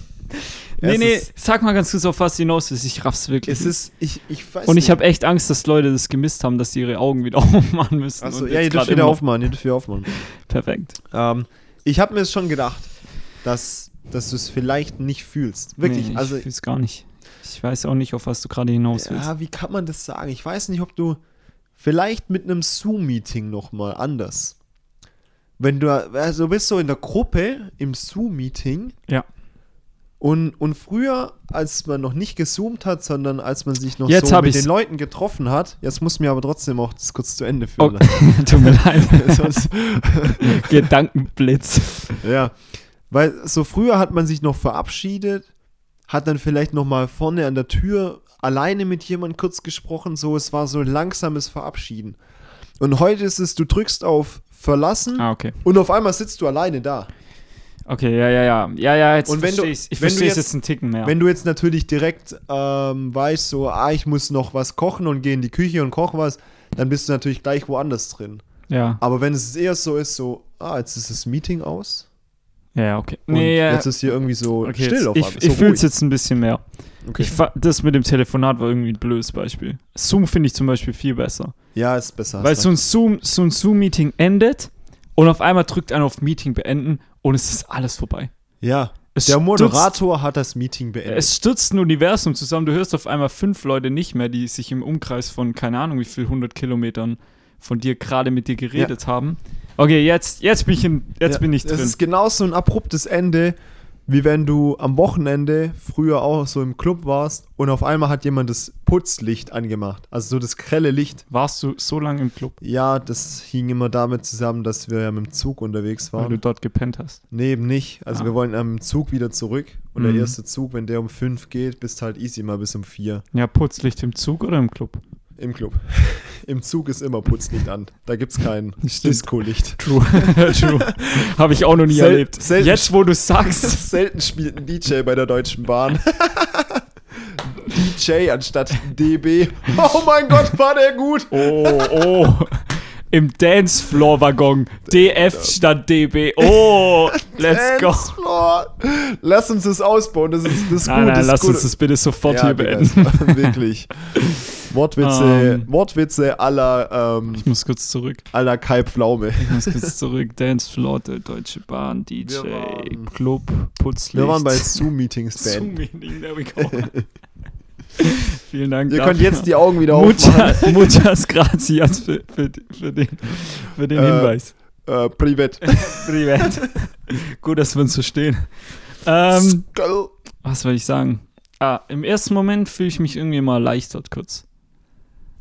Speaker 2: Nee,
Speaker 1: es
Speaker 2: nee,
Speaker 1: Ist,
Speaker 2: sag mal ganz kurz, auf was du hinaus willst. Ich raff's wirklich.
Speaker 1: es
Speaker 2: nicht.
Speaker 1: ist, ich, ich weiß
Speaker 2: und ich
Speaker 1: nicht.
Speaker 2: habe echt Angst, dass Leute das gemisst haben, dass die ihre Augen wieder aufmachen müssen.
Speaker 1: Achso,
Speaker 2: und
Speaker 1: ja,
Speaker 2: jetzt
Speaker 1: ihr dürft
Speaker 2: grad
Speaker 1: wieder
Speaker 2: immer-
Speaker 1: aufmachen, ihr dürft wieder aufmachen.
Speaker 2: Perfekt.
Speaker 1: Ähm, ich habe mir es schon gedacht, dass, dass du es vielleicht nicht fühlst. Wirklich,
Speaker 2: Nee, ich
Speaker 1: also.
Speaker 2: fühl's gar nicht. Ich weiß auch nicht, auf was du gerade hinaus willst.
Speaker 1: Ja, wie kann man das sagen? Ich weiß nicht, ob du vielleicht mit einem Zoom-Meeting nochmal anders. Wenn du, also du bist so in der Gruppe im Zoom-Meeting
Speaker 2: Ja.
Speaker 1: und, und früher, als man noch nicht gezoomt hat, sondern als man sich noch
Speaker 2: Jetzt
Speaker 1: so
Speaker 2: hab
Speaker 1: mit
Speaker 2: ich's.
Speaker 1: den Leuten getroffen hat, jetzt muss mir aber trotzdem auch das kurz zu Ende führen.
Speaker 2: Oh, tut mir leid.
Speaker 1: Sonst,
Speaker 2: Gedankenblitz.
Speaker 1: ja, weil so früher hat man sich noch verabschiedet, hat dann vielleicht noch mal vorne an der Tür alleine mit jemand kurz gesprochen, so es war so ein langsames Verabschieden. Und heute ist es, du drückst auf Verlassen
Speaker 2: Ah, okay.
Speaker 1: und auf einmal sitzt du alleine da.
Speaker 2: Okay, ja, ja, ja. Ja, ja, jetzt
Speaker 1: Und wenn du-
Speaker 2: verstehe ich's. Ich
Speaker 1: wenn du
Speaker 2: verstehe es
Speaker 1: jetzt-
Speaker 2: jetzt einen Ticken mehr.
Speaker 1: Wenn du jetzt natürlich direkt ähm, weißt, so, ah, ich muss noch was kochen und gehe in die Küche und koch was, dann bist du natürlich gleich woanders drin.
Speaker 2: ja.
Speaker 1: Aber wenn es eher so ist, so, ah, jetzt ist das Meeting aus
Speaker 2: Ja, ja, okay.
Speaker 1: und
Speaker 2: Nee, ja.
Speaker 1: jetzt ist hier irgendwie so
Speaker 2: okay,
Speaker 1: still
Speaker 2: jetzt,
Speaker 1: auf
Speaker 2: ich
Speaker 1: einmal,
Speaker 2: ich
Speaker 1: so
Speaker 2: fühle es
Speaker 1: ruhig.
Speaker 2: jetzt ein bisschen mehr.
Speaker 1: Okay.
Speaker 2: Ich fa- das mit dem Telefonat war irgendwie ein blödes Beispiel. Zoom finde ich zum Beispiel viel besser.
Speaker 1: Ja, ist besser.
Speaker 2: weil
Speaker 1: hast
Speaker 2: so ein Zoom, so ein Zoom-Meeting endet und auf einmal drückt einer auf Meeting beenden und es ist alles vorbei.
Speaker 1: Ja.
Speaker 2: Es
Speaker 1: der
Speaker 2: stürzt-
Speaker 1: Moderator hat das Meeting beendet.
Speaker 2: Es stürzt ein Universum zusammen. Du hörst auf einmal fünf Leute nicht mehr, die sich im Umkreis von keine Ahnung wie viel hundert Kilometern von dir gerade mit dir geredet haben. Okay, jetzt, jetzt bin ich, in, jetzt
Speaker 1: Ja,
Speaker 2: bin ich
Speaker 1: Es
Speaker 2: drin.
Speaker 1: ist genauso ein abruptes Ende, wie wenn du am Wochenende früher auch so im Club warst und auf einmal hat jemand das Putzlicht angemacht. Also so das grelle Licht.
Speaker 2: Warst du so lange im Club,
Speaker 1: Ja, das hing immer damit zusammen, dass wir ja mit dem Zug unterwegs
Speaker 2: weil du
Speaker 1: waren.
Speaker 2: dort gepennt hast?
Speaker 1: Nee, eben nicht. Also
Speaker 2: Ah.
Speaker 1: wir wollen am Zug wieder zurück. Und der
Speaker 2: Mhm.
Speaker 1: erste Zug, wenn der um 5 geht, bist halt easy mal bis um 4
Speaker 2: Ja, Putzlicht im Zug oder im Club?
Speaker 1: im Club. Im Zug ist immer Putzlicht an. Da gibt's kein
Speaker 2: Stimmt.
Speaker 1: Disco-Licht.
Speaker 2: True. True. Habe ich auch noch nie
Speaker 1: Sel-
Speaker 2: erlebt.
Speaker 1: selten-
Speaker 2: Jetzt, wo du sagst.
Speaker 1: Selten spielt ein DJ bei der Deutschen Bahn. DJ anstatt DB. Oh mein Gott, war der gut.
Speaker 2: Oh, oh. Im Dancefloor-Waggon. DF statt DB. Oh, let's go.
Speaker 1: Dancefloor. Lass uns das ausbauen. Das ist, das ist
Speaker 2: Nein,
Speaker 1: gut.
Speaker 2: nein,
Speaker 1: das
Speaker 2: lass
Speaker 1: ist gut.
Speaker 2: uns das bitte sofort
Speaker 1: ja,
Speaker 2: hier
Speaker 1: Digga,
Speaker 2: beenden.
Speaker 1: es war Wirklich. Wortwitze,
Speaker 2: Ähm.
Speaker 1: Wortwitze aller ähm,
Speaker 2: Ich muss kurz zurück.
Speaker 1: aller Kai Pflaume.
Speaker 2: Ich muss kurz zurück. Dancefloor, der Deutsche Bahn, DJ,
Speaker 1: Wir waren-
Speaker 2: Club, Putzlicht.
Speaker 1: Wir waren bei Zoom-Meetings beenden.
Speaker 2: Zoom-Meeting. There we go. Vielen Dank.
Speaker 1: Ihr
Speaker 2: dafür.
Speaker 1: könnt jetzt die Augen wieder aufmachen.
Speaker 2: Mutter, Mutters Grazias für, für, für den, für den
Speaker 1: Äh,
Speaker 2: Hinweis.
Speaker 1: Äh, Privet.
Speaker 2: Ähm. Privat. Gut, dass wir uns verstehen. Ähm,
Speaker 1: Skull.
Speaker 2: was will ich sagen? Ah, im ersten Moment fühle ich mich irgendwie mal erleichtert kurz.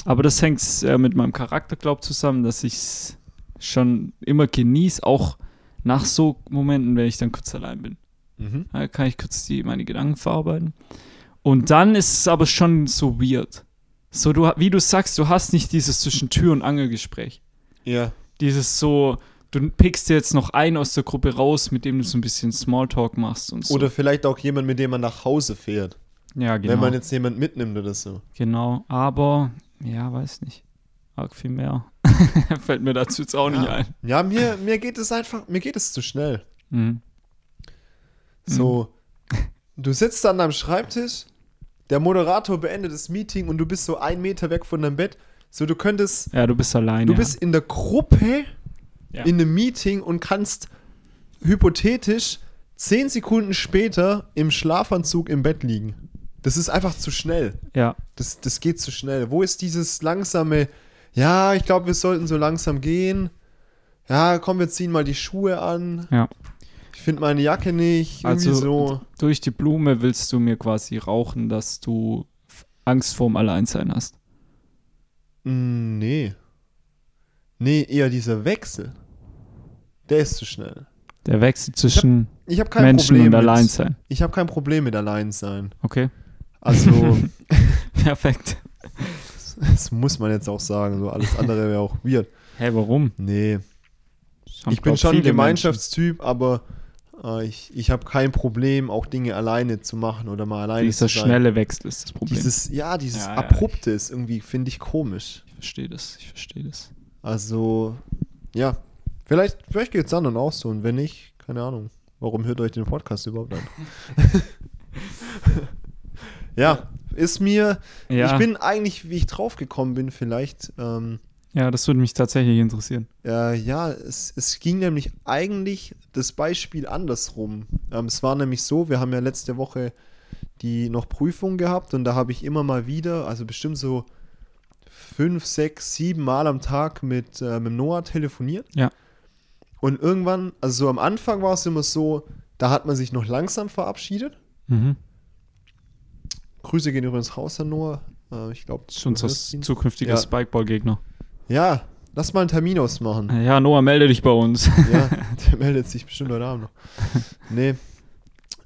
Speaker 2: Aber das hängt äh, mit meinem Charakter, glaube ich, zusammen, dass ich es schon immer genieße, auch nach so Momenten, wenn ich dann kurz allein bin.
Speaker 1: Mhm.
Speaker 2: Da kann ich kurz die, meine Gedanken verarbeiten. Und dann ist es aber schon so weird. So, du, wie du sagst, du hast nicht dieses zwischen Tür- und Angelgespräch
Speaker 1: Ja.
Speaker 2: dieses so, du pickst dir jetzt noch einen aus der Gruppe raus, mit dem du so ein bisschen Smalltalk machst und so.
Speaker 1: Oder vielleicht auch jemand, mit dem man nach Hause fährt.
Speaker 2: ja, genau.
Speaker 1: Wenn man jetzt jemand mitnimmt oder so.
Speaker 2: genau, aber ja, weiß nicht. Arg viel mehr. Fällt mir dazu jetzt auch nicht ein.
Speaker 1: Ja, mir, mir geht es einfach, mir geht es zu schnell.
Speaker 2: Mhm.
Speaker 1: So, du sitzt dann am Schreibtisch, der Moderator beendet das Meeting und du bist so einen Meter weg von deinem Bett. So, du könntest,
Speaker 2: Ja, du bist alleine.
Speaker 1: du bist in der Gruppe
Speaker 2: ja.
Speaker 1: in einem Meeting und kannst hypothetisch zehn Sekunden später im Schlafanzug im Bett liegen. Das ist einfach zu schnell.
Speaker 2: ja.
Speaker 1: Das, das geht zu schnell. Wo ist dieses langsame, ja, ich glaube, wir sollten so langsam gehen. Ja, komm, wir ziehen mal die Schuhe an.
Speaker 2: Ja.
Speaker 1: Ich finde meine Jacke nicht. Irgendwie
Speaker 2: Also-
Speaker 1: so.
Speaker 2: Durch die Blume willst du mir quasi rauchen, dass du F- Angst vorm Alleinsein hast.
Speaker 1: Mm, nee. Nee, eher dieser Wechsel. Der ist zu schnell.
Speaker 2: Der Wechsel zwischen
Speaker 1: ich habe kein
Speaker 2: Menschen
Speaker 1: Problem
Speaker 2: und allein
Speaker 1: mit,
Speaker 2: sein.
Speaker 1: Ich habe kein Problem mit allein sein.
Speaker 2: Okay,
Speaker 1: Also,
Speaker 2: perfekt.
Speaker 1: das muss man jetzt auch sagen. So alles andere wäre auch weird.
Speaker 2: Hä, warum?
Speaker 1: Nee.
Speaker 2: Das haben,
Speaker 1: ich bin
Speaker 2: glaub,
Speaker 1: schon ein
Speaker 2: viele
Speaker 1: Gemeinschaftstyp, aber äh, ich, ich habe kein Problem, auch Dinge alleine zu machen oder mal
Speaker 2: Menschen.
Speaker 1: alleine
Speaker 2: Dieser
Speaker 1: zu sein.
Speaker 2: schnelle Wechsel ist das Problem.
Speaker 1: Dieses, ja, dieses
Speaker 2: Ja, ja,
Speaker 1: Abrupte ist irgendwie, finde ich, komisch.
Speaker 2: ich verstehe das, ich verstehe das.
Speaker 1: Also, ja. Vielleicht, vielleicht geht es anderen auch so. Und wenn nicht, keine Ahnung. Warum hört euch den Podcast überhaupt an? ja, ist mir.
Speaker 2: Ja,
Speaker 1: Ich bin eigentlich, wie ich draufgekommen bin, vielleicht. Ähm,
Speaker 2: ja, das würde mich tatsächlich interessieren.
Speaker 1: Äh, ja, es, es ging nämlich eigentlich das Beispiel andersrum. Ähm, es war nämlich so, wir haben ja letzte Woche die noch Prüfung gehabt und da habe ich immer mal wieder, also bestimmt so fünf, sechs, sieben Mal am Tag mit, äh, mit Noah telefoniert.
Speaker 2: Ja.
Speaker 1: Und irgendwann, also so am Anfang war es immer so, da hat man sich noch langsam verabschiedet.
Speaker 2: Mhm.
Speaker 1: Grüße gehen übrigens raus an Noah. Äh, ich glaube,
Speaker 2: Das ist unser zukünftiger
Speaker 1: Ja.
Speaker 2: Spikeball-Gegner.
Speaker 1: Ja, lass mal einen Termin ausmachen.
Speaker 2: Ja, Noah, melde dich bei uns.
Speaker 1: Ja, der meldet sich bestimmt heute Abend noch. Nee.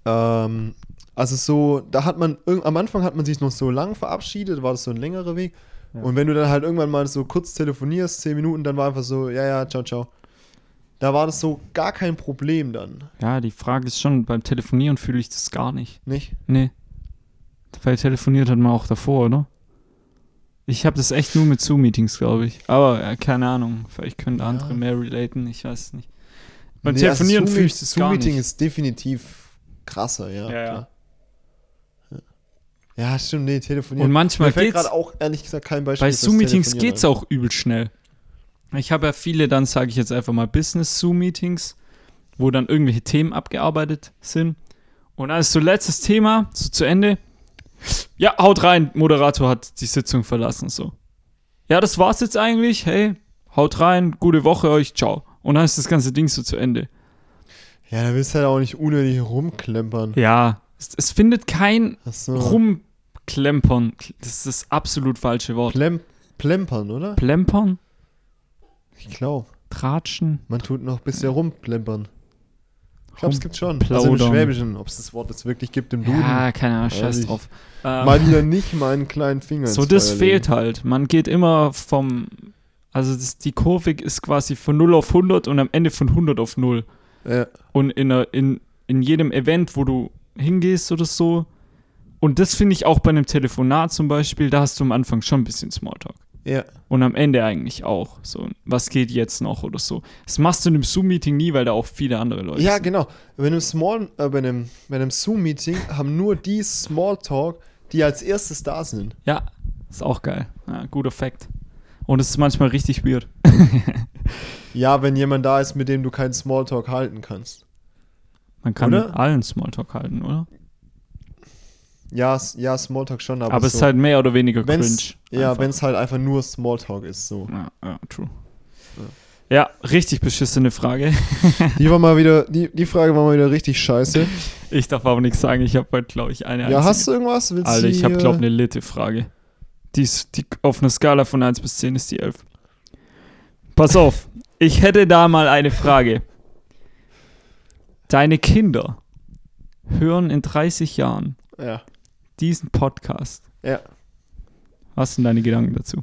Speaker 1: Ähm, also so, da hat man, irg- am Anfang hat man sich noch so lang verabschiedet, war das so ein längerer Weg.
Speaker 2: Ja.
Speaker 1: Und wenn du dann halt irgendwann mal so kurz telefonierst, zehn Minuten, dann war einfach so, ja, ja, ciao, ciao. Da war das so gar kein Problem dann,
Speaker 2: Ja, die Frage ist schon, beim Telefonieren fühle ich das gar nicht.
Speaker 1: nicht?
Speaker 2: Nee. Weil telefoniert hat man auch davor, oder? Ich habe das echt nur mit Zoom-Meetings, glaube ich. Aber äh, keine Ahnung, vielleicht können da andere
Speaker 1: Ja.
Speaker 2: mehr relaten, ich weiß es nicht. Beim
Speaker 1: Nee, also
Speaker 2: Telefonieren
Speaker 1: Zoom-
Speaker 2: fühle ich das gar
Speaker 1: Zoom-Meeting
Speaker 2: nicht.
Speaker 1: ist definitiv krasser, ja.
Speaker 2: Ja, ja.
Speaker 1: klar. ja. ja stimmt, nee, telefonieren.
Speaker 2: Und manchmal
Speaker 1: Mir fällt
Speaker 2: geht's,
Speaker 1: gerade auch ehrlich gesagt kein Beispiel
Speaker 2: bei
Speaker 1: fürs
Speaker 2: Zoom-Meetings
Speaker 1: Telefonieren
Speaker 2: geht's auch übel schnell. Ich habe ja viele, dann sage ich jetzt einfach mal Business-Zoom-Meetings, wo dann irgendwelche Themen abgearbeitet sind. Und als so letztes Thema, so zu Ende. Ja, haut rein, Moderator hat die Sitzung verlassen, so. Ja, das war's jetzt eigentlich. Hey, haut rein, gute Woche euch, ciao. Und dann ist das ganze Ding so zu Ende.
Speaker 1: an. Ja, da willst du halt auch nicht unnötig rumklempern.
Speaker 2: Ja, es, es findet kein
Speaker 1: Ach so.
Speaker 2: Rumklempern. Das ist das absolut falsche Wort.
Speaker 1: Plem plempern, oder?
Speaker 2: Plempern?
Speaker 1: Ich glaube.
Speaker 2: Tratschen?
Speaker 1: Man tut noch ein bisschen rumplempern. Ich glaube, es gibt schon. Also im
Speaker 2: Rumplaudern.
Speaker 1: Schwäbischen, ob es das Wort jetzt wirklich gibt im Duden.
Speaker 2: Ja, keine Ahnung, scheiß
Speaker 1: Ehrlich.
Speaker 2: drauf. Ähm,
Speaker 1: Mal wieder nicht meinen kleinen Finger.
Speaker 2: so,
Speaker 1: ins
Speaker 2: das
Speaker 1: Feuer
Speaker 2: fehlt
Speaker 1: legen.
Speaker 2: halt. Man geht immer vom. Also, das, die Kurve ist quasi von 0 auf 100 und am Ende von 100 auf 0.
Speaker 1: Ja,
Speaker 2: Und in, einer, in, in jedem Event, wo du hingehst oder so. Und das finde ich auch bei einem Telefonat zum Beispiel, da hast du am Anfang schon ein bisschen Smalltalk.
Speaker 1: ja.
Speaker 2: Und am Ende eigentlich auch. So, was geht jetzt noch oder so. Das machst du in einem Zoom-Meeting nie, weil da auch viele andere Leute
Speaker 1: ja
Speaker 2: sind.
Speaker 1: genau. Bei einem, Small, äh, bei einem, bei einem Zoom-Meeting haben nur die Smalltalk, die als erstes da sind.
Speaker 2: Ja, ist auch geil. Ja, guter Fact. Und es ist manchmal richtig weird.
Speaker 1: Ja, wenn jemand da ist, mit dem du keinen Smalltalk halten kannst.
Speaker 2: Man kann
Speaker 1: Oder?
Speaker 2: mit allen Smalltalk halten, oder?
Speaker 1: Ja, s- ja Smalltalk schon, aber,
Speaker 2: Aber es
Speaker 1: so,
Speaker 2: ist halt mehr oder weniger
Speaker 1: wenn's,
Speaker 2: cringe.
Speaker 1: Ja,
Speaker 2: einfach.
Speaker 1: wenn es halt einfach nur Smalltalk ist, so.
Speaker 2: Ja, ja, true. Ja, richtig beschissene Frage.
Speaker 1: Die war mal wieder, die, die Frage war mal wieder richtig scheiße.
Speaker 2: Ich darf aber nichts sagen. Ich habe heute, glaube ich, eine
Speaker 1: Ja, hast du irgendwas? Willst du
Speaker 2: Alter, ich habe,
Speaker 1: hier-
Speaker 2: glaube eine Litte-Frage. Die ist, die, auf einer Skala von 1 bis 10 ist die 11. Pass auf, ich hätte da mal eine Frage. Deine Kinder hören in 30 Jahren
Speaker 1: Ja.
Speaker 2: diesen Podcast.
Speaker 1: Ja.
Speaker 2: Was sind deine Gedanken dazu?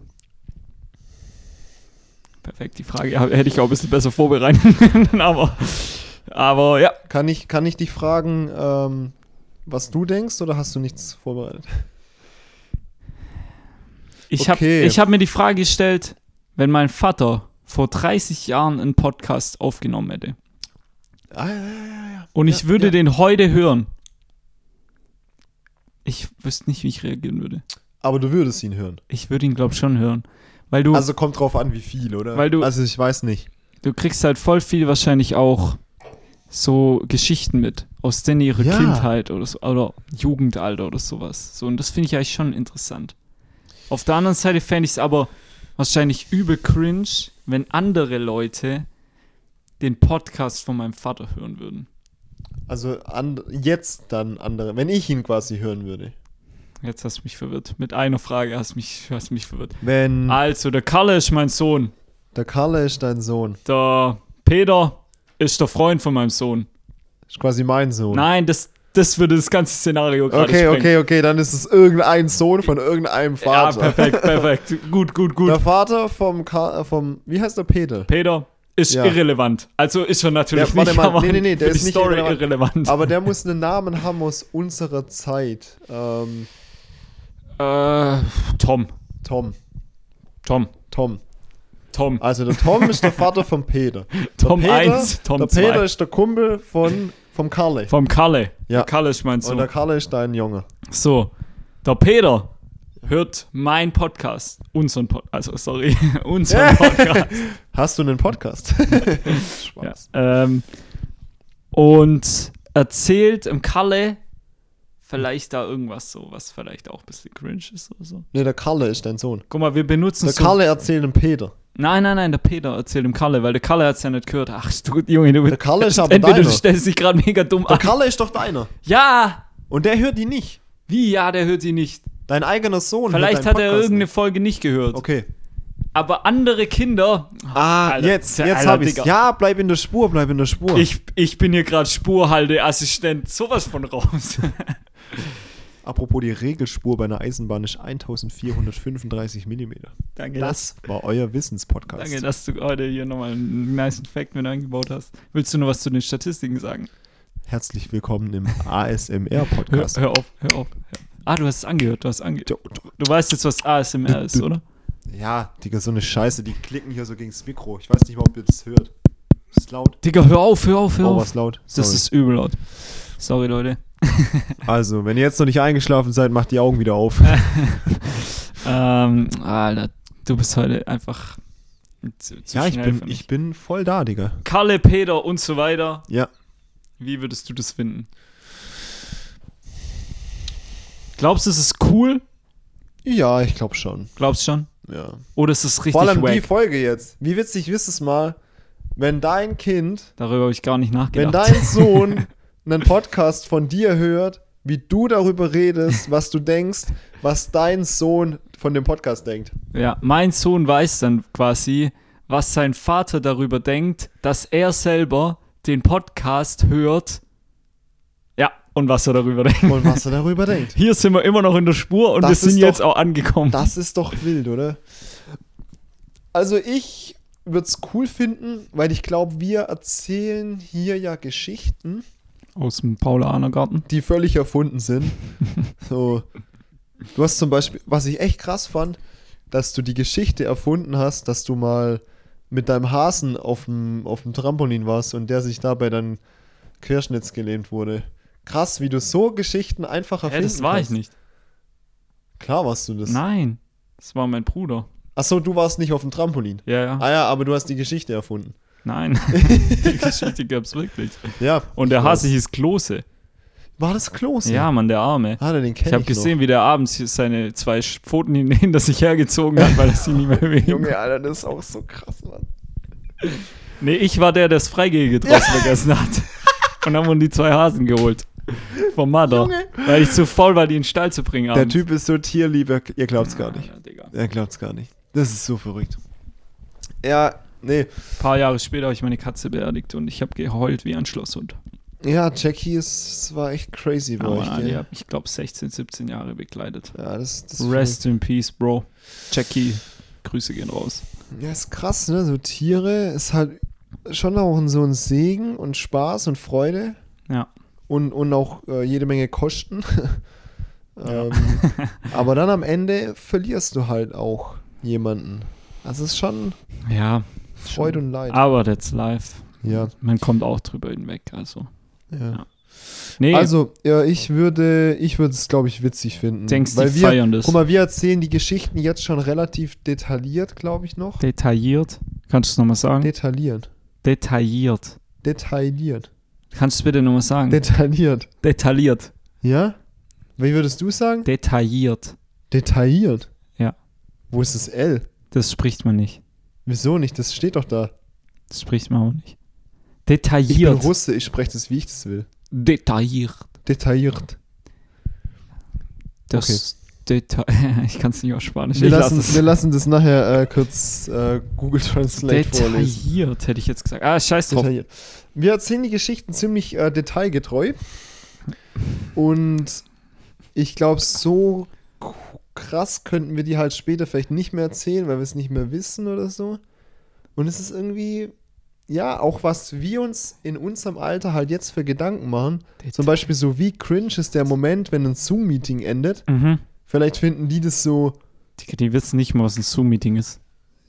Speaker 2: Perfekt, die Frage hab- hätte ich auch ein bisschen besser vorbereiten können, aber, aber ja.
Speaker 1: Kann ich, kann ich dich fragen, ähm, was du denkst oder hast du nichts vorbereitet?
Speaker 2: Ich hab-
Speaker 1: Okay.
Speaker 2: ich habe hab mir die Frage gestellt, wenn mein Vater vor 30 Jahren einen Podcast aufgenommen hätte
Speaker 1: Ah, ja, ja, ja, ja.
Speaker 2: und
Speaker 1: ja,
Speaker 2: ich würde
Speaker 1: ja.
Speaker 2: den heute hören, ich wüsste nicht, wie ich reagieren würde.
Speaker 1: Aber du würdest ihn hören.
Speaker 2: Ich würde ihn, glaube schon hören. Weil du,
Speaker 1: Also kommt drauf an, wie viel, oder?
Speaker 2: Weil du-
Speaker 1: also ich weiß nicht.
Speaker 2: du kriegst halt voll viel wahrscheinlich auch so Geschichten mit, aus denen ihre
Speaker 1: Ja.
Speaker 2: Kindheit oder so, oder Jugendalter oder sowas. So, und das finde ich eigentlich schon interessant. Auf der anderen Seite fände ich es aber wahrscheinlich übel cringe, wenn andere Leute den Podcast von meinem Vater hören würden.
Speaker 1: Also and, jetzt dann andere, wenn ich ihn quasi hören würde.
Speaker 2: Jetzt hast du mich verwirrt. Mit einer Frage hast du mich, hast du mich verwirrt.
Speaker 1: Wenn
Speaker 2: Also, der Kalle ist mein Sohn.
Speaker 1: der Karle ist dein Sohn.
Speaker 2: Der Peter ist der Freund von meinem Sohn.
Speaker 1: ist quasi mein Sohn.
Speaker 2: Nein, das, das würde das ganze Szenario gerade
Speaker 1: okay,
Speaker 2: sprengen.
Speaker 1: okay, okay, dann ist es irgendein Sohn von irgendeinem
Speaker 2: Ja,
Speaker 1: Vater.
Speaker 2: perfekt, perfekt. gut, gut, gut.
Speaker 1: der Vater vom, Ka äh, vom, wie heißt der, Peter?
Speaker 2: Peter ist
Speaker 1: Ja.
Speaker 2: irrelevant. Also ist schon natürlich
Speaker 1: Der- warte
Speaker 2: nicht,
Speaker 1: mal,
Speaker 2: aber
Speaker 1: nee, nee, nee, der
Speaker 2: für
Speaker 1: ist
Speaker 2: die
Speaker 1: nicht
Speaker 2: Story
Speaker 1: irrelevant.
Speaker 2: irrelevant.
Speaker 1: Aber der muss einen Namen haben aus unserer Zeit. Ähm,
Speaker 2: äh, Tom,
Speaker 1: Tom.
Speaker 2: Tom,
Speaker 1: Tom.
Speaker 2: Tom.
Speaker 1: Also der Tom ist der Vater von Peter.
Speaker 2: Tom
Speaker 1: der Peter,
Speaker 2: 1, Tom
Speaker 1: Der
Speaker 2: 2.
Speaker 1: Peter ist der Kumpel von, vom Karle.
Speaker 2: Vom Kalle.
Speaker 1: Ja.
Speaker 2: Der Kalle ist mein
Speaker 1: Und
Speaker 2: Sohn.
Speaker 1: der Karle ist dein Junge.
Speaker 2: So, der Peter hört meinen Podcast. Unseren Podcast. Also, sorry, unseren Podcast.
Speaker 1: Hast du einen Podcast?
Speaker 2: ja.
Speaker 1: Spaß.
Speaker 2: ähm, und erzählt im Kalle vielleicht da irgendwas so, was vielleicht auch ein bisschen cringe ist oder so.
Speaker 1: Nee, der Karle ist dein Sohn.
Speaker 2: Guck mal, wir benutzen
Speaker 1: Der
Speaker 2: so
Speaker 1: Karle erzählt dem Peter.
Speaker 2: Nein, nein, nein, der Peter erzählt dem Kalle, weil der Kalle hat es ja nicht gehört. Ach, du, Junge, du
Speaker 1: Der Kalle ist aber
Speaker 2: Entweder du
Speaker 1: deiner.
Speaker 2: stellst dich gerade mega dumm
Speaker 1: Der
Speaker 2: an.
Speaker 1: Karle ist doch deiner.
Speaker 2: Ja!
Speaker 1: Und der hört die nicht.
Speaker 2: Wie? Ja, der hört ihn nicht.
Speaker 1: Dein eigener Sohn
Speaker 2: Vielleicht
Speaker 1: hört deinen
Speaker 2: hat er
Speaker 1: Podcast
Speaker 2: irgendeine
Speaker 1: nicht.
Speaker 2: Folge nicht gehört.
Speaker 1: Okay.
Speaker 2: Aber andere Kinder.
Speaker 1: Ah,
Speaker 2: Alter,
Speaker 1: jetzt,
Speaker 2: Alter,
Speaker 1: jetzt hab ich's.
Speaker 2: Digga.
Speaker 1: Ja, bleib in der Spur, bleib in der Spur.
Speaker 2: Ich, ich bin hier gerade Spurhalteassistent. Sowas von raus.
Speaker 1: Apropos die Regelspur bei einer Eisenbahn ist 1435 Millimeter.
Speaker 2: Danke,
Speaker 1: Das war euer Wissenspodcast.
Speaker 2: Danke, dass du heute hier nochmal einen nice Fact mit eingebaut hast. Willst du noch was zu den Statistiken sagen?
Speaker 1: Herzlich willkommen im ASMR-Podcast.
Speaker 2: hör auf, hör auf. Hör. Ah, du hast es angehört, du hast angehört. Du weißt jetzt, was ASMR ist, oder?
Speaker 1: Ja, Digga, so eine Scheiße, die klicken hier so gegen das Mikro. Ich weiß nicht mal, ob ihr das hört. Ist laut.
Speaker 2: Digga, hör auf, hör auf, hör
Speaker 1: Oh,
Speaker 2: auf.
Speaker 1: was laut.
Speaker 2: Das ist übel laut. Sorry, Leute.
Speaker 1: also, wenn ihr jetzt noch nicht eingeschlafen seid, macht die Augen wieder auf.
Speaker 2: Ähm, Alter, du bist heute einfach zu, zu
Speaker 1: ja, ich
Speaker 2: schnell für
Speaker 1: bin,
Speaker 2: mich.
Speaker 1: ich bin voll da, Digga.
Speaker 2: Kalle, Peter und so weiter.
Speaker 1: Ja.
Speaker 2: Wie würdest du das finden? Glaubst du, es ist cool?
Speaker 1: Ja, ich glaube schon.
Speaker 2: Glaubst schon?
Speaker 1: Ja.
Speaker 2: Oder ist es richtig
Speaker 1: Vor allem die
Speaker 2: wack?
Speaker 1: Folge jetzt. Wie witzig ist es mal, wenn dein Kind
Speaker 2: Darüber habe ich gar nicht
Speaker 1: Wenn
Speaker 2: nachgedacht.
Speaker 1: dein Sohn einen Podcast von dir hört, wie du darüber redest, was du denkst, was dein Sohn von dem Podcast denkt.
Speaker 2: ja, mein Sohn weiß dann quasi, was sein Vater darüber denkt, dass er selber den Podcast hört. Ja, und was er darüber denkt.
Speaker 1: Und was er darüber denkt.
Speaker 2: Hier sind wir immer noch in der Spur und
Speaker 1: Das
Speaker 2: wir sind
Speaker 1: ist
Speaker 2: jetzt
Speaker 1: doch-
Speaker 2: auch angekommen.
Speaker 1: Das ist doch wild, oder? Also ich würde es cool finden, weil ich glaube, wir erzählen hier ja Geschichten,
Speaker 2: Aus dem Paulanergarten.
Speaker 1: die völlig erfunden sind. So, du hast zum Beispiel, was ich echt krass fand, dass du die Geschichte erfunden hast, dass du mal mit deinem Hasen auf dem, auf dem Trampolin warst und der sich dabei dann querschnittsgelähmt wurde. Krass, wie du so Geschichten einfach
Speaker 2: Hä,
Speaker 1: erfinden
Speaker 2: das war ich
Speaker 1: kannst.
Speaker 2: nicht.
Speaker 1: Klar warst du das.
Speaker 2: Nein, das war mein Bruder.
Speaker 1: Achso, du warst nicht auf dem Trampolin.
Speaker 2: Ja, ja.
Speaker 1: Ah ja, aber du hast die Geschichte erfunden.
Speaker 2: Nein, die Geschichte gab's wirklich.
Speaker 1: Ja.
Speaker 2: Und der Hase hieß Klose.
Speaker 1: War das Klose?
Speaker 2: Ja, Mann, der Arme.
Speaker 1: Ah, den kenn
Speaker 2: Ich habe
Speaker 1: noch.
Speaker 2: gesehen, wie der abends hier seine zwei Sch- Pfoten hin- hinter sich hergezogen hat, weil er sie nicht mehr bewegen
Speaker 1: Junge, Alter, das ist auch so krass, Mann.
Speaker 2: Nee, ich war der, der das Freigehege draußen vergessen hat. Und dann wurden die zwei Hasen geholt. Vom Mother.
Speaker 1: Junge.
Speaker 2: Weil ich zu faul war, die in den Stall zu bringen.
Speaker 1: Der
Speaker 2: abends.
Speaker 1: Typ ist so tierlieb, er- ihr glaubt's gar nicht.
Speaker 2: Alter, Digga.
Speaker 1: Er glaubt's gar nicht. Das ist so verrückt. Ja, nee.
Speaker 2: Ein paar Jahre später habe ich meine Katze beerdigt und ich habe geheult wie ein Schlosshund.
Speaker 1: Ja, Jackie ist, war echt crazy bei
Speaker 2: Aber
Speaker 1: euch.
Speaker 2: die
Speaker 1: gell?
Speaker 2: hab ich glaube 16, 17 Jahre begleitet.
Speaker 1: Ja, das, das
Speaker 2: Rest in peace, Bro. Jackie, Grüße gehen raus.
Speaker 1: Ja, ist krass, ne? So Tiere ist halt schon auch so ein Segen und Spaß und Freude
Speaker 2: Ja.
Speaker 1: und, und auch äh, jede Menge Kosten. ähm, aber dann am Ende verlierst du halt auch jemanden. Also es ist schon
Speaker 2: Ja,
Speaker 1: Freude und Leid.
Speaker 2: aber that's life.
Speaker 1: Ja,
Speaker 2: Man kommt auch drüber hinweg, also.
Speaker 1: ja.
Speaker 2: Nee,
Speaker 1: Also, ja, ich würde, ich würde es, glaube ich, witzig finden.
Speaker 2: denkst du,
Speaker 1: weil
Speaker 2: die
Speaker 1: wir,
Speaker 2: feiern das.
Speaker 1: Guck mal, wir erzählen die Geschichten jetzt schon relativ detailliert, glaube ich, noch.
Speaker 2: Detailliert. Kannst du es nochmal sagen?
Speaker 1: Detailliert.
Speaker 2: Detailliert.
Speaker 1: Detailliert.
Speaker 2: Kannst du es bitte nochmal sagen?
Speaker 1: Detailliert.
Speaker 2: Detailliert.
Speaker 1: Ja? Wie würdest du sagen?
Speaker 2: Detailliert.
Speaker 1: Detailliert.
Speaker 2: Ja.
Speaker 1: Wo ist das L?
Speaker 2: Das spricht man nicht.
Speaker 1: Wieso nicht? Das steht doch da.
Speaker 2: Das spricht man auch nicht.
Speaker 1: Ich bin
Speaker 2: Detailliert.
Speaker 1: Russe, ich spreche das, wie ich das will.
Speaker 2: Detailliert.
Speaker 1: Detailliert.
Speaker 2: Das Data. Ich kann es nicht auf Spanisch.
Speaker 1: Wir
Speaker 2: ich lass
Speaker 1: lassen,
Speaker 2: es.
Speaker 1: wir lassen das nachher äh, kurz äh, Google Translate vorlesen.
Speaker 2: Detailliert, hätte ich jetzt gesagt. Ah, scheiß drauf.
Speaker 1: Detailliert. Wir erzählen die Geschichten ziemlich äh, detailgetreu. Und ich glaube, so k- krass könnten wir die halt später vielleicht nicht mehr erzählen, weil wir es nicht mehr wissen oder so. Und es ist irgendwie, ja, auch was wir uns in unserem Alter halt jetzt für Gedanken machen. Zum Beispiel so, wie cringe ist der Moment, wenn ein Zoom-Meeting endet?
Speaker 2: Mhm.
Speaker 1: Vielleicht finden die das so,
Speaker 2: Die, die wissen nicht mal, was ein Zoom-Meeting ist.